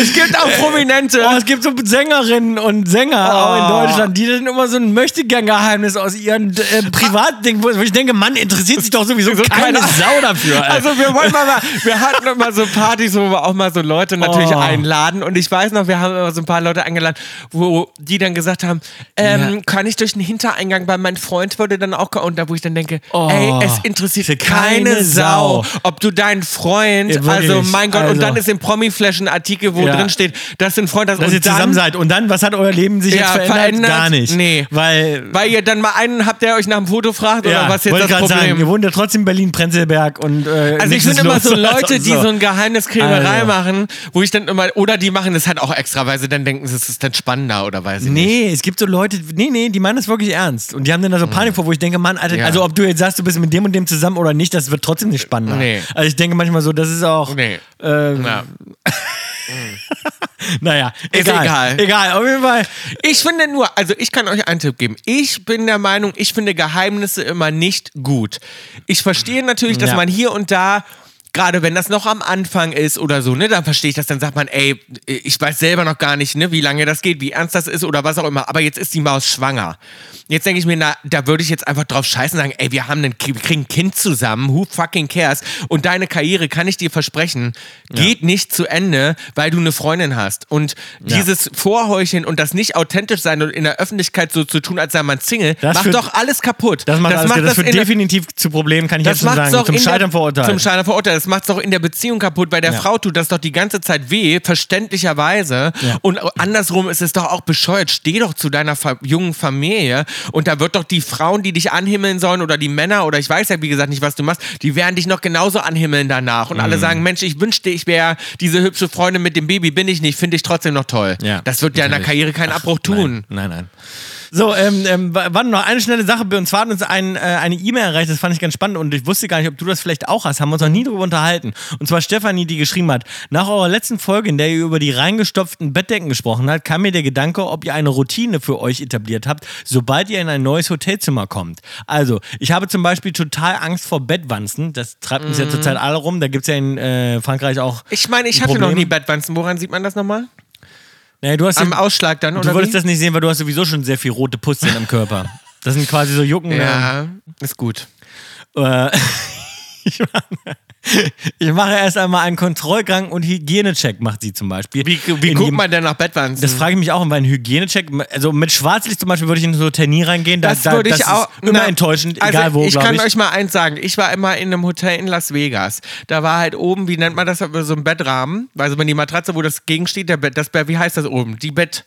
es gibt auch Prominente. Oh, es gibt so Sängerinnen und Sänger auch in Deutschland, die dann immer so ein Möchtegern-Geheimnis aus ihren äh, Privatdingen, wo ich denke, Mann, interessiert sich doch sowieso So keine keiner. Sau dafür. Alter. Also wir wollen mal, mal wir hatten immer so Partys, wo wir auch mal so Leute natürlich Oh. einladen und ich weiß noch, wir haben immer so ein paar Leute eingeladen, wo die dann gesagt haben, ähm, Ja. kann ich durch den Hintereingang, weil mein Freund würde dann auch kommen und da wo ich dann denke, Oh. ey, es interessiert Keine keine, Sau, Sau. ob du deinen Freund, Ja, wirklich. also mein Gott, Also. und dann ist im Promiflash ein Artikel, wo Ja. drin steht, dass ein Freund das dass und ihr zusammen dann- seid. Und dann, was hat euer Leben sich jetzt Ja, verändert? verändert? Gar nicht. Nee. Weil, Weil ihr dann mal einen habt, der euch nach dem Foto fragt oder was jetzt wollte das gerade Problem? Sagen, ihr wohnt ja trotzdem Berlin-Prenzlberg und äh, Also ich nichts finde ist immer los. so Leute, die so ein Geheimniskrämerei Also. machen, wo ich dann immer, oder die machen das halt auch extra, weil sie dann denken, es ist dann spannender oder weiß ich nicht. Nee, es gibt so Leute, nee, nee, die meinen das wirklich ernst. Und die haben dann da so Panik vor, wo ich denke, Mann, Alter, Hm. Ja. also ob du jetzt sagst, du bist mit dem und dem zusammen oder nicht, das wird trotzdem nicht spannender. Nee. Also ich denke manchmal so, das ist auch. Nee. ähm, Ja. Naja, Ist egal. egal. Egal, auf jeden Fall. Ich finde nur, also ich kann euch einen Tipp geben. Ich bin der Meinung, ich finde Geheimnisse immer nicht gut. Ich verstehe natürlich, dass Ja. man hier und da. Gerade wenn das noch am Anfang ist oder so, ne, dann verstehe ich das, dann sagt man, ey, ich weiß selber noch gar nicht, ne, wie lange das geht, wie ernst das ist oder was auch immer. Aber jetzt ist die Maus schwanger. Jetzt denke ich mir, na, da würde ich jetzt einfach drauf scheißen und sagen, ey, wir haben einen, wir kriegen ein Kind zusammen, who fucking cares? Und deine Karriere, kann ich dir versprechen, geht nicht zu Ende, weil du eine Freundin hast. Und dieses Vorheucheln und das nicht authentisch sein und in der Öffentlichkeit so zu tun, als sei man Single, Das macht führt- doch alles kaputt. Das macht, das, alles, das in führt der- definitiv zu Problemen, kann ich das jetzt schon macht's sagen. doch Zum in der- Scheitern verurteilt. Zum Scheitern verurteilt. Das macht's doch in der Beziehung kaputt, weil der Ja. Frau tut das doch die ganze Zeit weh, verständlicherweise. Und andersrum ist es doch auch bescheuert. Steh doch zu deiner fa jungen Familie und da wird doch die Frauen, die dich anhimmeln sollen oder die Männer oder ich weiß ja, wie gesagt, nicht, was du machst, die werden dich noch genauso anhimmeln danach. Und Mm. alle sagen, Mensch, ich wünschte, ich wäre diese hübsche Freundin mit dem Baby, bin ich nicht, finde ich trotzdem noch toll. Ja. Das wird ja in der Natürlich. Karriere keinen Abbruch tun. Nein, nein. So, ähm, ähm, wa- warte noch eine schnelle Sache. Bei uns hat uns ein, äh, eine E-Mail erreicht, das fand ich ganz spannend und ich wusste gar nicht, ob du das vielleicht auch hast. Haben wir uns noch nie drüber unterhalten. Und zwar Stefanie, die geschrieben hat: Nach eurer letzten Folge, in der ihr über die reingestopften Bettdecken gesprochen habt, kam mir der Gedanke, ob ihr eine Routine für euch etabliert habt, sobald ihr in ein neues Hotelzimmer kommt. Also, ich habe zum Beispiel total Angst vor Bettwanzen. Das treibt uns ja zurzeit alle rum. Da gibt es ja in äh, Frankreich auch. Ich meine, ich ein hatte noch Problem. nie Bettwanzen. Woran sieht man das nochmal? Naja, du hast Am ja- Ausschlag dann, Du oder wolltest wie? das nicht sehen, weil du hast sowieso schon sehr viel rote Pusteln am Körper. Das sind quasi so Jucken. ne? Ja, ist gut. Äh, ich, mache, ich mache erst einmal einen Kontrollgang und Hygienecheck, macht sie zum Beispiel. Wie, wie In guckt jedem- man denn nach Bettwanzen? Das frage ich mich auch, weil ein Hygienecheck, also mit Schwarzlicht zum Beispiel würde ich in so ein Hotel nie reingehen. Da, Das da, würde ich das auch. Ist immer na, enttäuschend, also egal wo, Ich glaube kann ich. euch mal eins sagen. Ich war immer in einem Hotel in Las Vegas. Da war halt oben, wie nennt man das, so ein Bettrahmen. Also wenn die Matratze, wo das gegensteht, der Bett, das, Bett- wie heißt das oben? Die Bett.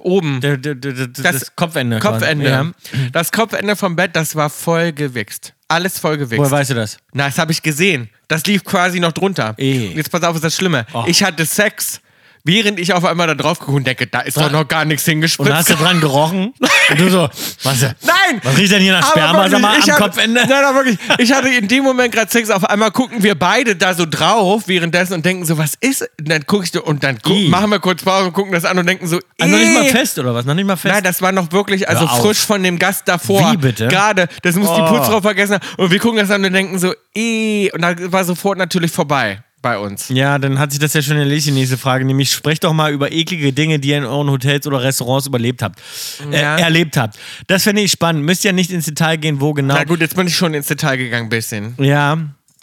Oben. D- d- d- d- das, Kopfende. quasi. Kopfende. Ja. Das Kopfende vom Bett, das war voll gewichst. Alles voll gewichst. Woher weißt du das? Na, das habe ich gesehen. Das lief quasi noch drunter. Eh. Oh. Jetzt pass auf, ist das Schlimme. Och. Ich hatte Sex, während ich auf einmal da drauf geguckt und denke, da ist doch noch gar nichts Und da hingespritzt. hast du dran gerochen? Und du so, was, Nein! was riecht denn hier nach Aber Sperma? Sag wirklich, mal, am ich hatte- Kopfende. Nein, aber wirklich. Ich hatte in dem Moment gerade Sex. Auf einmal gucken wir beide da so drauf währenddessen und denken so, was ist? Und dann gucke ich so- und dann guck, Ih. machen wir kurz Pause und gucken das an und denken so, Also noch nicht mal eh. fest, oder was? Noch nicht mal fest? Nein, das war noch wirklich, also Hör auf. frisch von dem Gast davor. Wie bitte? Gerade, das muss die Oh. Putzfrau vergessen haben. Und wir gucken das an und denken so, eh. Und dann war sofort natürlich vorbei bei uns. Ja, dann hat sich das ja schon erledigt, die nächste Frage. Nämlich, sprecht doch mal über eklige Dinge, die ihr in euren Hotels oder Restaurants überlebt habt. Ja. Äh, erlebt habt. Das finde ich spannend. Müsst ja nicht ins Detail gehen, wo genau. Na gut, jetzt bin ich schon ins Detail gegangen, ein bisschen. Ja.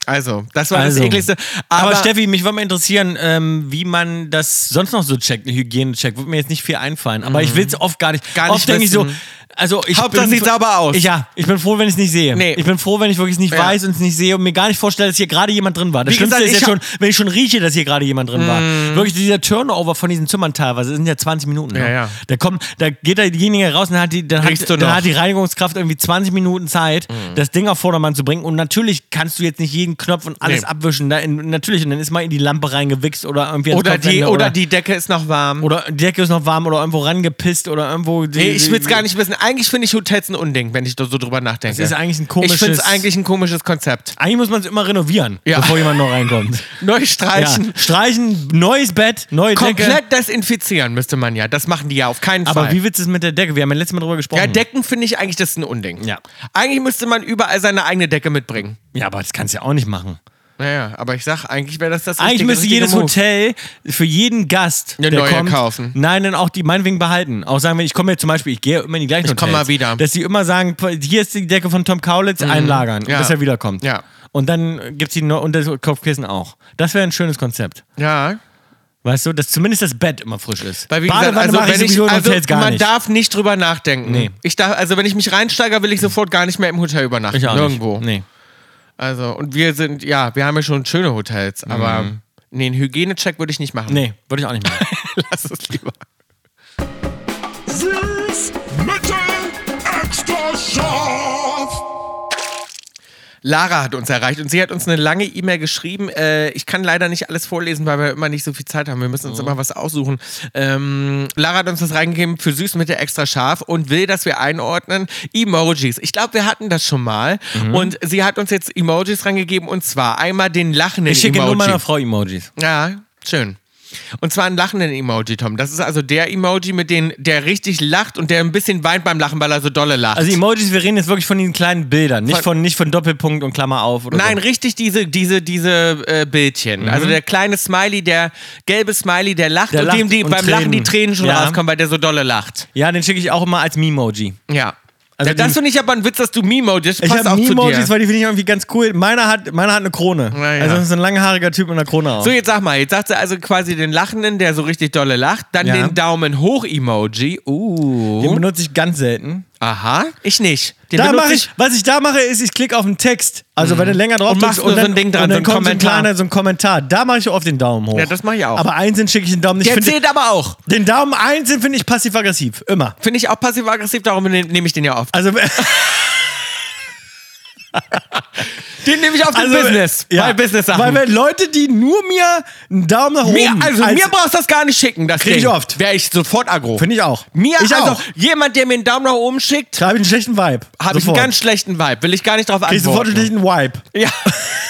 Also, das war Also. das ekligste. Aber, Aber, Steffi, mich würde mal interessieren, ähm, wie man das sonst noch so checkt, einen Hygienecheck. Würde mir jetzt nicht viel einfallen. Aber ich will es oft gar nicht. Mhm. Gar oft nicht denke ich so. wissen. Also ich Hauptsache, bin- sieht sauber aus. Ich, ja, ich bin froh, wenn ich es nicht sehe. Nee. Ich bin froh, wenn ich wirklich nicht Ja. weiß und es nicht sehe und mir gar nicht vorstelle, dass hier gerade jemand drin war. Das Wie Schlimmste gesagt, ist ich ja schon, hab- Mhm. wenn ich schon rieche, dass hier gerade jemand drin war. Wirklich dieser Turnover von diesen Zimmern teilweise, das sind ja 20 Minuten. Ja, ne? ja. Da, kommt, da geht derjenige raus und dann hat die, dann Riechst hat, du dann noch? hat die Reinigungskraft irgendwie 20 Minuten Zeit, Mhm. das Ding auf Vordermann zu bringen. Und natürlich kannst du jetzt nicht jeden Knopf und alles Nee. abwischen. Da in, natürlich, und dann ist mal in die Lampe reingewichst oder irgendwie ans oder, die, Kopfende oder die Decke ist noch warm. oder die Decke ist noch warm oder irgendwo rangepisst oder irgendwo. Die, Nee, ich will's gar nicht wissen. Eigentlich finde ich Hotels ein Unding, wenn ich da so drüber nachdenke. Das ist eigentlich ein Ich finde komisches- es eigentlich ein komisches Konzept. Eigentlich muss man es immer renovieren, Ja. bevor jemand noch reinkommt. Neu ja. streichen. Streichen, neues Bett, neue Decke. Komplett desinfizieren müsste man ja. Das machen die ja auf keinen Aber Fall. wie willst du es mit der Decke? Wir haben ja letztes Mal drüber gesprochen. ja, Decken finde ich eigentlich, das ist ein Unding. Ja. Eigentlich müsste man überall seine eigene Decke mitbringen. ja aber das kannst du ja auch nicht machen. Naja, aber ich sag, eigentlich wäre das das Eigentlich richtige- müsste richtige jedes Move. Hotel für jeden Gast, Eine der neue kommt, kaufen. Nein, dann auch die meinetwegen behalten. Auch sagen wir, ich komme jetzt zum Beispiel, ich gehe immer in die gleichen Ich komm mal Hotels. wieder. Mhm. Dass sie immer sagen, hier ist die Decke von Tom Kaulitz, einlagern, Ja. bis er wiederkommt. Ja. Und dann gibt es die Neu- und das Kopfkissen auch. Das wäre ein schönes Konzept. Ja. Weißt du, dass zumindest das Bett immer frisch ist. Weil wie Badewanne gesagt, also, mache wenn ich, sowieso in also Hotels gar man nicht. darf nicht drüber nachdenken. Nee. Ich darf, also wenn ich mich reinsteige, will ich sofort gar nicht mehr im Hotel übernachten. ich auch Nirgendwo. Nicht. Nee. Also, und wir sind, ja, wir haben ja schon schöne Hotels, aber nee, einen Hygienecheck würde ich nicht machen. Mhm. Nee, würde ich auch nicht machen. Lass es lieber. Süß, Mittel, extra scharf. Lara hat uns erreicht und sie hat uns eine lange E-Mail geschrieben. Äh, ich kann leider nicht alles vorlesen, weil wir immer nicht so viel Zeit haben. Wir müssen Oh. uns immer was aussuchen. Ähm, Lara hat uns das reingegeben für süß mit der extra scharf und will, dass wir einordnen Emojis. Ich glaube, wir hatten das schon mal Mhm. und sie hat uns jetzt Emojis reingegeben und zwar einmal den lachenden Ich schicke Emoji. nur meiner Frau Emojis. Ja, schön. Und zwar einen lachenden Emoji, Tom. Das ist also der Emoji, mit dem der richtig lacht und der ein bisschen weint beim Lachen, weil er so dolle lacht. Also Emojis, wir reden jetzt wirklich von diesen kleinen Bildern, nicht von, nicht von Doppelpunkt und Klammer auf oder Nein, so. richtig diese, diese, diese äh, Bildchen. Also der kleine Smiley, der gelbe Smiley, der lacht Mhm. Der und lacht dem die, und beim Lachen die Tränen. Tränen schon Ja. rauskommen, weil der so dolle lacht. Ja, den schicke ich auch immer als Memoji. Ja. Also Also ja, das die- finde ich aber ein Witz, dass du Mimo, das Ich passt habe auch zu Memojis, dir. weil die finde ich irgendwie ganz cool. Meiner hat, meiner hat eine Krone. Na ja. Also das ist ein langhaariger Typ mit einer Krone auch. So, jetzt sag mal, jetzt sagt sie also quasi den Lachenden, der so richtig dolle lacht, dann Ja. den Daumen hoch Emoji. Den Uh. benutze ich ganz selten. Aha, ich nicht. Den Da benutze mache ich, was ich da mache, ist, ich klicke auf den Text. Also wenn du länger drauf Mhm. Und drückst machst nur so ein Ding dran, und dann so ein kommt so ein, Kommentar. kleiner, so ein Kommentar. Da mache ich oft den Daumen hoch. Ja, das mache ich auch. Aber einzeln schicke ich den Daumen nicht. Ich Der finde- zählt aber auch. Den Daumen einzeln finde ich passiv-aggressiv. Immer. Finde ich auch passiv-aggressiv, darum ne- nehme ich den ja auf. Also, Den nehme ich auf den also Business. Ja, Bei Business-Sachen. Weil wenn Leute, die nur mir einen Daumen nach oben... Mir, also als- mir brauchst du das gar nicht schicken, das Krieg ich Ding. oft. Wäre ich sofort aggro. Finde ich auch. Mir ich also auch. jemand, der mir einen Daumen nach oben schickt, Da habe ich einen schlechten Vibe. habe ich einen Sofort. ganz schlechten Vibe. Will ich gar nicht drauf Krieg ich sofort einen antworten. schlechten Vibe. Ja,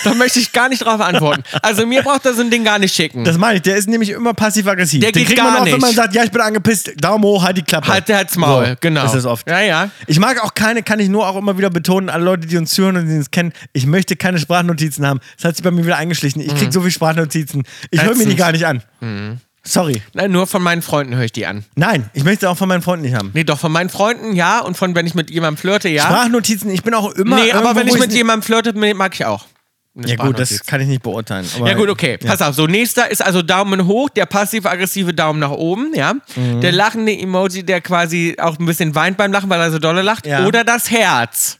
da möchte ich gar nicht drauf antworten. Also mir braucht er so ein Ding gar nicht schicken. Das meine ich. Der ist nämlich immer passiv-aggressiv. Der Den geht kriegt gar man auch, wenn nicht. man sagt, ja, ich bin angepisst. Daumen hoch, halt die Klappe. halt der halt's Maul, So, genau. Ist das oft. Ja, ja. Ich mag auch keine, kann ich nur auch immer wieder betonen, alle Leute, die uns zuhören und die uns kennen, ich möchte keine Sprachnotizen haben. Das hat sich bei mir wieder eingeschlichen. Ich Mhm. krieg so viele Sprachnotizen. Ich höre mir die Ätzend. gar nicht an. Mhm. Sorry. Nein, nur von meinen Freunden höre ich die an. Nein, ich möchte auch von meinen Freunden nicht haben. Nee, doch, von meinen Freunden ja und von, wenn ich mit jemandem flirte, ja. Sprachnotizen, ich bin auch immer. nee, aber irgendwo, wenn wo ich mit nicht- jemandem flirte, nee, mag ich auch. Eine Ja, gut, das Sprachnotiz. kann ich nicht beurteilen. aber- Ja gut, okay. Ja. Pass auf. So, nächster ist also Daumen hoch, der passiv-aggressive Daumen nach oben, ja. Mhm. Der lachende Emoji, der quasi auch ein bisschen weint beim Lachen, weil er so dolle lacht. Ja. Oder das Herz.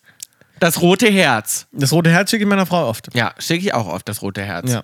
Das rote Herz. Das rote Herz schicke ich meiner Frau oft. Ja, schicke ich auch auf das rote Herz. Ja.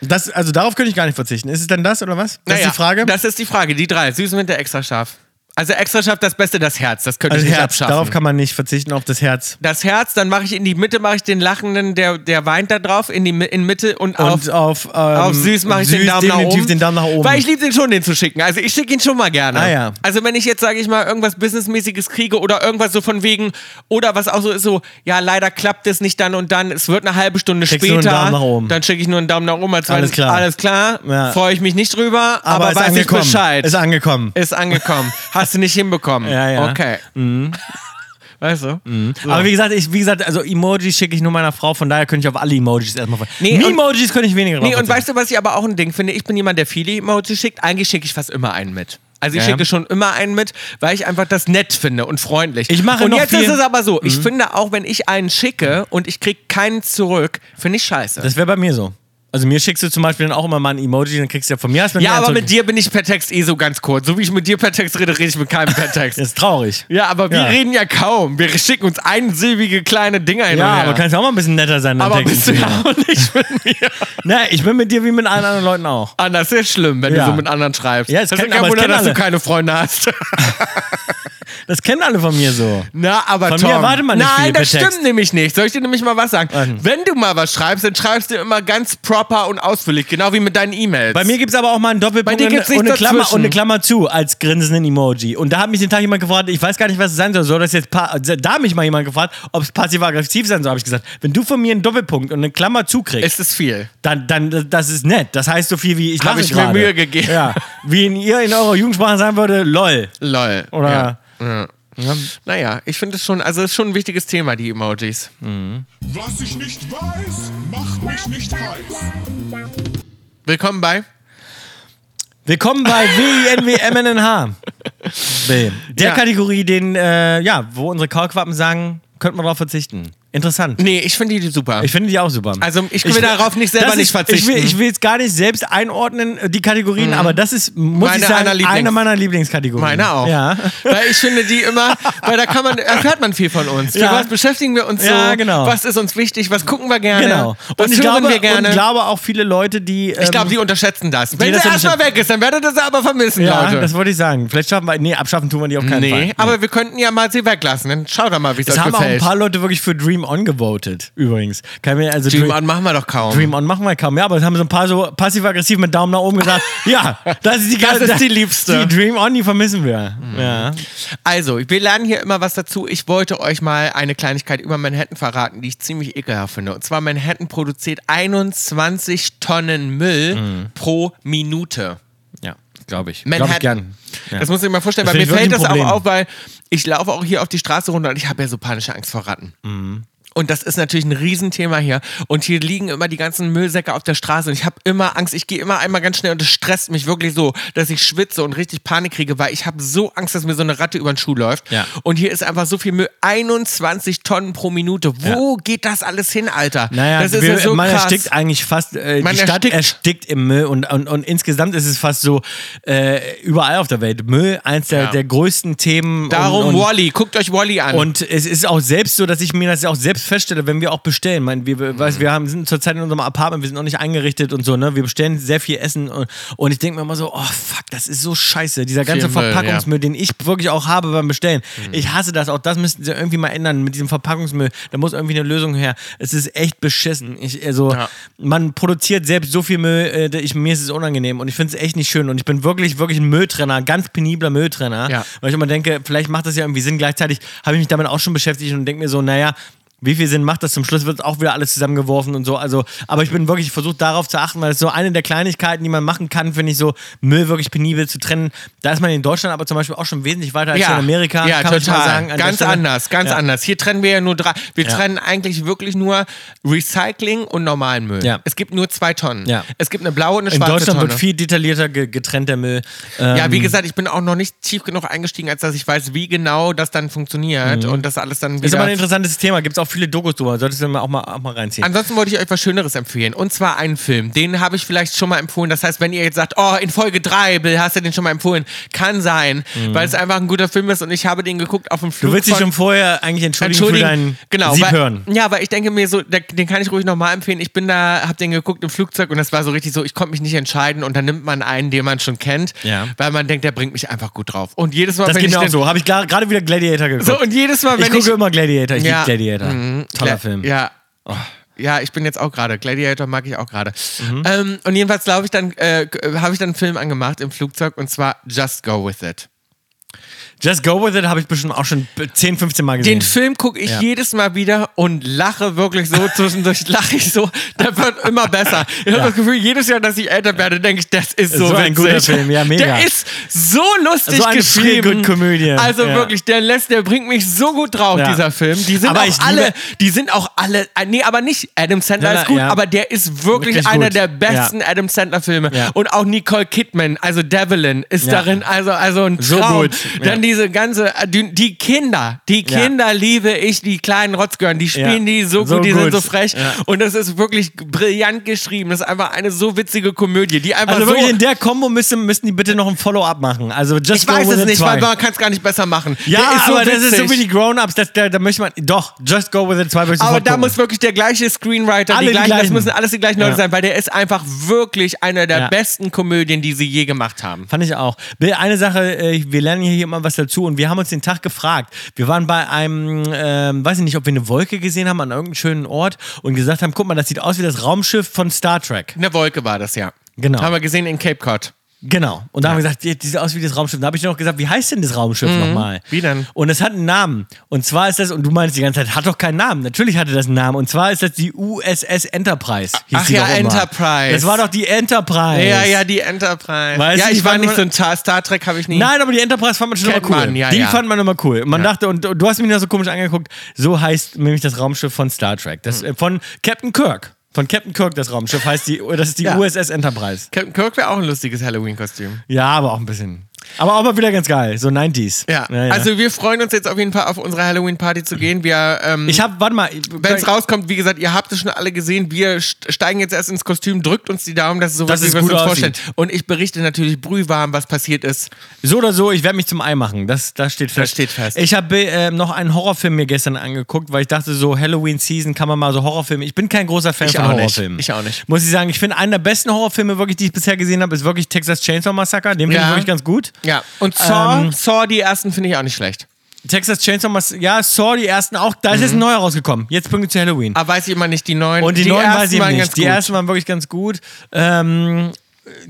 Das, also darauf könnte ich gar nicht verzichten. Ist es denn das oder was? Das Naja, ist die Frage. Das ist die Frage. Die drei. Süßen Winter extra scharf. Also extra scharf, das Beste, das Herz. Das könnte also ich nicht Herz. abschaffen. Darauf kann man nicht verzichten, auf das Herz. das Herz, dann mache ich in die Mitte, mache ich den Lachenden, der, der weint da drauf, in die Mi- in Mitte und, auf, Und auf, ähm, Auf süß mache ich süß den, Daumen nach definitiv oben. den Daumen nach oben. Weil ich liebe den schon, den zu schicken. Also ich schicke ihn schon mal gerne. Ah, ja. Also wenn ich jetzt, sage ich mal, irgendwas Businessmäßiges kriege oder irgendwas so von wegen, oder was auch so ist, so, ja, leider klappt es nicht dann und dann, es wird eine halbe Stunde Schickst du später, nur einen Daumen nach oben. dann schicke ich nur einen Daumen nach oben. Als Alles zweites, klar. Alles klar, Ja. freue ich mich nicht drüber, aber, ist weiß angekommen. ich Bescheid. Ist angekommen. Ist angekommen. Hast du nicht hinbekommen. Ja, ja. Mhm. Okay. Weißt du? Aber wie gesagt, ich, wie gesagt, also Emojis schicke ich nur meiner Frau, von daher könnte ich auf alle Emojis erstmal ver- Nee, und- Memojis könnte ich weniger drauf Nee, und verzichten. weißt du, was ich aber auch ein Ding finde? Ich bin jemand, der viele Emojis schickt. Eigentlich schicke ich fast immer einen mit. Also ich Ja. schicke schon immer einen mit, weil ich einfach das nett finde und freundlich. Ich mache und noch jetzt viel- Mhm. ist es aber so, ich finde auch, wenn ich einen schicke und ich kriege keinen zurück, finde ich scheiße. Das wäre bei mir so. Also mir schickst du zum Beispiel dann auch immer mal ein Emoji, dann kriegst du ja von mir erstmal ja, einen aber zurück. mit dir bin ich per Text eh so ganz kurz. So wie ich mit dir per Text rede, rede ich mit keinem per Text. Das ist traurig. ja, aber wir Ja. reden ja kaum. Wir schicken uns einsilbige kleine Dinger hin Ja, und her. aber kannst du auch mal ein bisschen netter sein. aber bist du ja auch nicht mit mir. Ne, ich bin mit dir wie mit allen anderen Leuten auch. Ah, das ist ja schlimm, wenn Ja. du so mit anderen schreibst. Ja, das es ist kennen- kein aber es Wunder, kennen dass du alle. keine Freunde hast. Das kennen alle von mir so. Na, aber Von Tom. mir erwartet man nicht Nein, viel per das stimmt Text. nämlich nicht. Soll ich dir nämlich mal was sagen? Wenn du mal was schreibst, dann schreibst du immer ganz proper und ausführlich, genau wie mit deinen E-Mails. Bei mir gibt es aber auch mal einen Doppelpunkt dir und, gibt's eine- und, nichts eine Klammer, dazwischen. und eine Klammer zu als grinsenden Emoji. Und da hat mich den Tag jemand gefragt, ich weiß gar nicht, was es sein soll. Soll das jetzt pa- da hat mich mal jemand gefragt, ob es passiv-aggressiv sein soll, habe ich gesagt. Wenn du von mir einen Doppelpunkt und eine Klammer zu kriegst, ist es viel. dann, dann das ist nett. Das heißt so viel wie ich Hab lache ich mir gerade. Mühe gegeben. Ja. Wie in ihr in eurer Jugendsprache sagen würde, lol. Lol. Oder Ja. Naja, ich finde es schon, also es ist schon ein wichtiges Thema, die Emojis. Was ich nicht weiß, macht mich nicht heiß. Willkommen bei. Willkommen bei WINW MNNH. Will. Der Ja. Kategorie, den, äh, ja, wo unsere Kaulquappen sagen, könnte man darauf verzichten. Interessant. Nee, ich finde die super. Ich finde die auch super. Also, ich will darauf nicht selber das nicht ist, verzichten. Mhm. Ich will, ich will jetzt gar nicht selbst einordnen, äh, die Kategorien, aber das ist, muss Meine ich sagen, einer Lieblings- eine meiner Lieblingskategorien. meine auch. Ja. Weil ich finde die immer, weil da kann man, erfährt man viel von uns. Für Ja. was beschäftigen wir uns so? Ja, genau. Was ist uns wichtig? Was gucken wir gerne? Genau. Was und ich hören glaube, wir gerne? und glaube auch viele Leute, die. ich glaube, ähm, die unterschätzen das. Wenn das sie erstmal unterschätzen- weg ist, dann werdet ihr sie aber vermissen, ja, Leute. das wollte ich sagen. Vielleicht schaffen wir. Nee, abschaffen tun wir die auf keinen Nee, Fall. Hm. aber wir könnten ja mal sie weglassen. Dann schaut doch mal, wie es Es euch haben auch ein gefällt. paar Leute wirklich für Dream On gewotet, übrigens. Kann mir also Dream On machen wir doch kaum. Dream On machen wir kaum. Ja, aber es haben so ein paar so passiv-aggressiv mit Daumen nach oben gesagt. ja, das ist die Das ganze- ist die Liebste. Mhm. Die Dream On, die vermissen wir. Ja. Also, wir lernen hier immer was dazu. Ich wollte euch mal eine Kleinigkeit über Manhattan verraten, die ich ziemlich ekelhaft finde. Und zwar, Manhattan produziert 21 Tonnen Müll Hm. pro Minute. Ja, glaube ich. Manhattan. Glaub ich gern. Ja. Das muss ich mir mal vorstellen, Das weil mir finde ich fällt wirklich das ein auch Problem. Mhm. auf, weil ich laufe auch hier auf die Straße runter und ich habe ja so panische Angst vor Ratten. Und das ist natürlich ein Riesenthema hier. Und hier liegen immer die ganzen Müllsäcke auf der Straße. Und ich habe immer Angst. Ich gehe immer einmal ganz schnell und es stresst mich wirklich so, dass ich schwitze und richtig Panik kriege, weil ich habe so Angst, dass mir so eine Ratte über den Schuh läuft. Ja. Und hier ist einfach so viel Müll. 21 Tonnen pro Minute. Wo geht das alles hin, Alter? Naja, das ist wir, ja so man krass. erstickt eigentlich fast, äh, Man die Stadt erstickt. erstickt, im Müll und, und, und insgesamt ist es fast so, äh, überall auf der Welt. Müll, eins der, Ja. der größten Themen. Darum und, und, Wally. Guckt euch Wally an. Und es ist auch selbst so, dass ich mir das auch selbst feststelle, wenn wir auch bestellen. Mein, wir, wir- Mhm. weißt, wir haben, sind zurzeit in unserem Apartment, wir sind noch nicht eingerichtet und so, ne? Wir bestellen sehr viel Essen und, und ich denke mir immer so, oh fuck, das ist so scheiße. Dieser ganze Viel Müll, Mhm. Verpackungsmüll, den ich wirklich auch habe beim Bestellen. Ich hasse das. Auch das müssten sie irgendwie mal ändern mit diesem Verpackungsmüll. Da muss irgendwie eine Lösung her. Es ist echt beschissen. Ich, also, Ja. man produziert selbst so viel Müll, äh, ich, mir ist es unangenehm und ich finde es echt nicht schön. Und ich bin wirklich, wirklich ein Mülltrenner, ein ganz penibler Mülltrenner. Ja. Weil ich immer denke, vielleicht macht das ja irgendwie Sinn. Gleichzeitig habe ich mich damit auch schon beschäftigt und denke mir so, naja, wie viel Sinn macht das? Zum Schluss wird auch wieder alles zusammengeworfen und so. Also, aber ich bin wirklich versucht, darauf zu achten, weil es so eine der Kleinigkeiten, die man machen kann, finde ich so, Müll wirklich penibel zu trennen. Da ist man in Deutschland aber zum Beispiel auch schon wesentlich weiter als ja. in Amerika. Ja, kann man schon total. mal sagen, an der ganz Stelle. anders, ganz Ja. anders. Hier trennen wir ja nur drei. Wir Ja. trennen eigentlich wirklich nur Recycling und normalen Müll. Ja. Es gibt nur zwei Tonnen. Ja. Es gibt eine blaue und eine In schwarze Deutschland Tonne. wird viel ähm, detaillierter ge- getrennt der Müll. Äh, ja, wie gesagt, ich bin auch noch nicht tief genug eingestiegen, als dass ich weiß, wie genau das dann funktioniert und das alles dann wieder. Mhm. Ist aber ein interessantes Thema. Gibt es auch viele Dokus drüber. Solltest du mal auch mal, auch mal reinziehen. Ansonsten wollte ich euch was Schöneres empfehlen. Und zwar einen Film. Den habe ich vielleicht schon mal empfohlen. Das heißt, wenn ihr jetzt sagt, oh, in Folge 3, Bill, hast du den schon mal empfohlen? Kann sein, weil es einfach ein guter Film ist und ich habe den geguckt auf dem Flug. Mhm. du willst dich von- schon vorher eigentlich entschuldigen, für deinen genau, Sieb weil, hören. Ja, weil ich denke mir so, der, den kann ich ruhig nochmal empfehlen. Ich bin da, hab den geguckt im Flugzeug und das war so richtig so, ich konnte mich nicht entscheiden und dann nimmt man einen, den man schon kennt, Ja. weil man denkt, der bringt mich einfach gut drauf. Und jedes Mal, Das wenn geht ich mir auch den, so. Habe ich gra- gerade wieder Gladiator geguckt. so und jedes Mal, wenn ich ich, gucke immer Gladiator. Ich Ja. Mhm. liebe Gladiator. Toller Film. Oh. Ja. Ja, ich bin jetzt auch gerade. Gladiator mag ich auch gerade. Mhm. Ähm, und jedenfalls glaube ich dann, äh, habe ich dann einen Film angemacht im Flugzeug und zwar Just Go With It. Just Go With It habe ich bestimmt auch schon 10, 15 Mal gesehen. Den Film gucke ich Ja. jedes Mal wieder und lache wirklich so zwischendurch, lache ich so, der wird immer besser. Ich habe das Gefühl, jedes Jahr, dass ich älter werde, denke ich, das ist so, So witzig. ein guter Film, ja, mega. Der ist so lustig So eine geschrieben. Feel-Good-Komödie. Also Ja. wirklich, der lässt, der bringt mich so gut drauf, Ja. dieser Film. Die sind Aber auch ich alle, liebe- die sind auch alle, äh, nee, aber nicht Adam Sandler Sandler, ist gut, ja. aber der ist wirklich, Wirklich einer gut. der besten Ja. Adam Sandler Filme. Ja. Und auch Nicole Kidman, also Devlin, ist Ja. darin, also, also ein Traum. So gut, ja. Dann diese ganze, äh, die, die Kinder, die Ja. Kinder liebe ich, die kleinen Rotzgören, die spielen Ja. die so, So gut, die sind gut. so frech. Ja. Und das ist wirklich brillant geschrieben. Das ist einfach eine so witzige Komödie, die einfach also so. wirklich in der Kombo müssen, müssen die bitte noch ein Follow-up machen. Also Just ich Go weiß With es It nicht, 2. weil man kann es gar nicht besser machen. ja, Der ist so aber das ist so witzig. wie die Grown-Ups. das- Da, da möchte man. Doch, Just Go With It 2 möchte ich Aber sofort da gucken. muss wirklich der gleiche Screenwriter, die Alle die gleichen, das gleichen. müssen alles die gleichen Leute Ja. sein, weil der ist einfach wirklich einer der Ja. besten Komödien, die sie je gemacht haben. Fand ich auch. Bill, eine Sache, äh, wir lernen hier immer was dazu und wir haben uns den Tag gefragt. Wir waren bei einem, ähm, weiß ich nicht, ob wir eine Wolke gesehen haben an irgendeinem schönen Ort und gesagt haben, guck mal, das sieht aus wie das Raumschiff von Star Trek. Eine Wolke war das, ja. Genau. Haben wir gesehen in Cape Cod. Genau. Und da haben wir gesagt, die, die sieht aus wie das Raumschiff. Da habe ich noch gesagt, wie heißt denn das Raumschiff nochmal? Mhm. Wie denn? Und es hat einen Namen. Und zwar ist das, und du meinst die ganze Zeit, hat doch keinen Namen. Natürlich hatte das einen Namen. Und zwar ist das die USS Enterprise. hieß Ach die ja, doch immer. Enterprise. Das war doch die Enterprise. Ja, ja, die Enterprise. Weißt ja, du, ich, die war fand nicht man- so ein Star, Star Trek, habe ich nie. Nein, aber die Enterprise fand man schon Kennt immer cool. man, ja, die ja. fand man immer cool. Man dachte, und du hast mich da so komisch angeguckt, so heißt nämlich das Raumschiff von Star Trek. Das, Hm. äh, Von Captain Kirk. Von Captain Kirk das Raumschiff heißt die, das ist die Ja. USS Enterprise. Captain Kirk wäre auch ein lustiges Halloween-Kostüm. Ja, aber auch ein bisschen. Aber auch mal wieder ganz geil, so 90s. Ja. Also Also wir freuen uns jetzt auf jeden Fall auf unsere Halloween-Party zu gehen. Wir, ähm, ich habe, warte mal, wenn es rauskommt, wie gesagt, ihr habt es schon alle gesehen. Wir st- steigen jetzt erst ins Kostüm, drückt uns die Daumen, dass es so Dass wird, es wie wir es gut uns aussieht. vorstellen. Und ich berichte natürlich brühwarm, was passiert ist. so oder so, ich werde mich zum Ei machen. Das, das steht fest. steht fest. Ich habe äh, noch einen Horrorfilm mir gestern angeguckt, weil ich dachte, so Halloween-Season kann man mal so Horrorfilme. Ich bin kein großer Fan Ich von auch nicht. Horrorfilmen. Ich auch nicht. Muss ich sagen, ich finde, einen der besten Horrorfilme, wirklich, die ich bisher gesehen habe, ist wirklich Texas Chainsaw Massacre. Den finde Ja. ich wirklich ganz gut. Ja. Und Saw, Ähm, Saw die ersten finde ich auch nicht schlecht. Texas Chainsaw Massacre, ja, Saw, die ersten auch. Da ist jetzt ein neuer rausgekommen. Jetzt pünktlich zu Halloween. Aber weiß ich immer nicht, Mhm. die neuen. Und die, neuen ersten weiß ich waren eben ganz nicht. Die gut. ersten waren wirklich ganz gut. Ähm,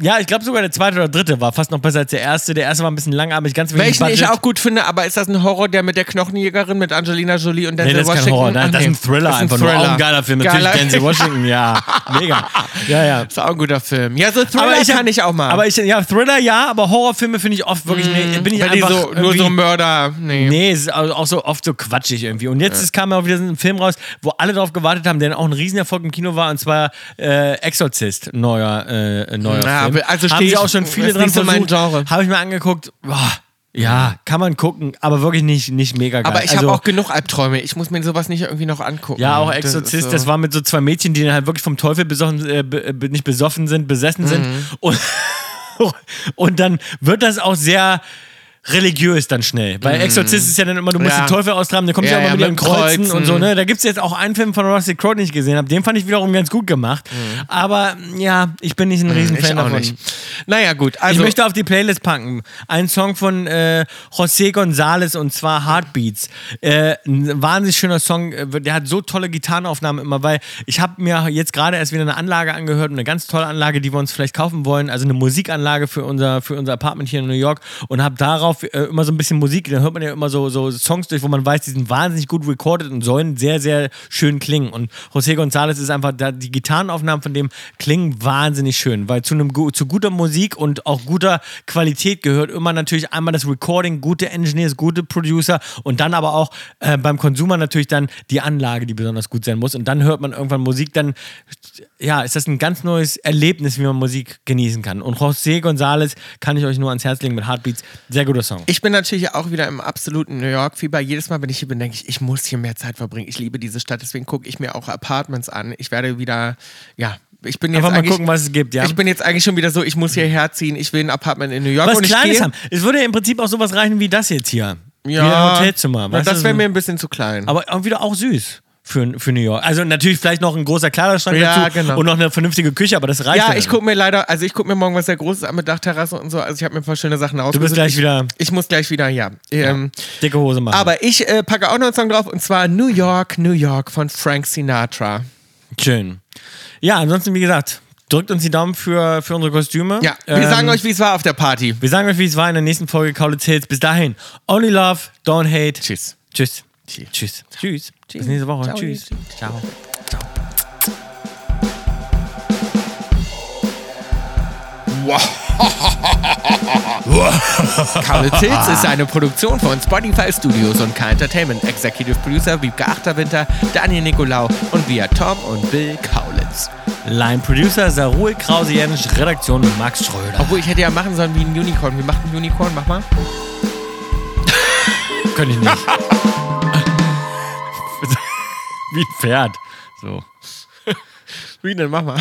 Ja, ich glaube sogar der zweite oder dritte war fast noch besser als der erste. Der erste war ein bisschen langarmig, ganz wenig Welchen ich Budget. auch gut finde, aber ist das ein Horror, der mit der Knochenjägerin, mit Angelina Jolie und Nee, Denzel das ist Washington? kein Horror, Ah, nein, das ist nee. ein Thriller einfach nur. Auch ein geiler Film, natürlich Geiler- Denzel Washington, ja. Mega. Ja, ja. Ist auch ein guter Film. Ja, so Thriller hab- kann ich auch mal. Aber ich, ja, Thriller ja, aber Horrorfilme finde ich oft wirklich, nee, bin ich Wenn die einfach so, nur so irgendwie- Mörder. Nee. Nee, es ist au- auch so oft so quatschig irgendwie. Und jetzt ist, kam ja auch wieder so ein Film raus, wo alle drauf gewartet haben, der auch ein Riesenerfolg im Kino war, und zwar äh, Exorzist, neuer, äh, neuer Na, Film. aber- also haben steh sich ich- auch schon viele ist dran nicht so mein versucht. Genre. Habe ich mir angeguckt, boah, ja, kann man gucken, aber wirklich nicht, nicht mega geil. Aber ich also, habe auch genug Albträume. Ich muss mir sowas nicht irgendwie noch angucken. ja, auch Das ist Exorzist, das, so. war mit so zwei Mädchen, die dann halt wirklich vom Teufel besoffen, äh, be, be- nicht besoffen sind, besessen sind. Mhm. Und, und dann wird das auch sehr religiös dann schnell. Weil Exorzist ist ja dann immer, du musst Mhm. Ja. den Teufel austreiben, dann kommt Ja, ja, auch immer ja, mit ihren mit mhm. Kreuzen, Kreuzen. und so, ne? Da gibt es jetzt auch einen Film von Rusty Crowe, den ich gesehen habe. Den fand ich wiederum ganz gut gemacht. Aber ja, ich bin nicht ein Riesenfan Mhm. Ich auch davon. nicht. Naja, gut. Ich Also, möchte auf die Playlist packen. Ein Song von äh, José González und zwar Heartbeats. Äh, ein wahnsinnig schöner Song. äh, Der hat so tolle Gitarrenaufnahmen immer, weil ich habe mir jetzt gerade erst wieder eine Anlage angehört, eine ganz tolle Anlage, die wir uns vielleicht kaufen wollen. Also eine Musikanlage für unser, für unser Apartment hier in New York und habe darauf äh, immer so ein bisschen Musik. Da hört man ja immer so, so Songs durch, wo man weiß, die sind wahnsinnig gut recorded und sollen sehr, sehr schön klingen. Und José González ist einfach, da, die Gitarrenaufnahmen von dem klingen wahnsinnig schön, weil zu, einem, gu- zu guter Musik und auch guter Qualität gehört immer natürlich einmal das Recording, gute Engineers, gute Producer und dann aber auch äh, beim Consumer natürlich dann die Anlage, die besonders gut sein muss. Und dann hört man irgendwann Musik, dann ja, ist das ein ganz neues Erlebnis, wie man Musik genießen kann. Und José González kann ich euch nur ans Herz legen mit Heartbeats. Sehr guter Song. ich bin natürlich auch wieder im absoluten New York-Fieber. Jedes Mal, wenn ich hier bin, denke ich, ich muss hier mehr Zeit verbringen. Ich liebe diese Stadt, deswegen gucke ich mir auch Apartments an. Ich werde wieder, ja, ich bin jetzt Einfach mal eigentlich- gucken, was es gibt, ja. Ich bin jetzt eigentlich schon wieder so, ich muss hierher ziehen, ich will ein Apartment in New York. was und ich Kleines gehe- haben. Es würde ja im Prinzip auch sowas reichen wie das jetzt hier. Wie Ja, ein Hotelzimmer. Na, weißt das du? wäre mir ein bisschen zu klein. Aber auch wieder auch süß. Für, für New York. Also natürlich vielleicht noch ein großer Kleiderschrank Ja, dazu genau. und noch eine vernünftige Küche, aber das reicht ja, dann. ich gucke mir leider, also ich gucke mir morgen was sehr Großes an mit Dachterrasse und so. Also ich habe mir ein paar schöne Sachen raus. Du bist gleich wieder Ich muss gleich wieder, ja. Ähm, dicke Hose machen. Aber ich äh, packe auch noch einen Song drauf und zwar New York, New York von Frank Sinatra. Schön. Ja, ansonsten, wie gesagt, drückt uns die Daumen für, für unsere Kostüme. Ja, wir Ähm, sagen euch, wie es war auf der Party. Wir sagen euch, wie es war in der nächsten Folge Kaulitz Hills. Bis dahin. Only love, don't hate. Tschüss. Tschüss. Tschüss. Tschüss. Bis nächste Woche. Ciao. Tschüss. Ciao. Kalle Tilz ist eine Produktion von Spotify Studios und K Entertainment. Executive Producer Wiebke Achterwinter, Daniel Nicolau und wir Tom und Bill Kaulitz. Line Producer Sarul Krause Janisch, Redaktion Max Schröder. Obwohl ich hätte ja machen sollen wie ein Unicorn. Wie macht ein Unicorn? Mach mal. Könnte ich nicht. Wie ein Pferd. So. Wie denn? Mach mal.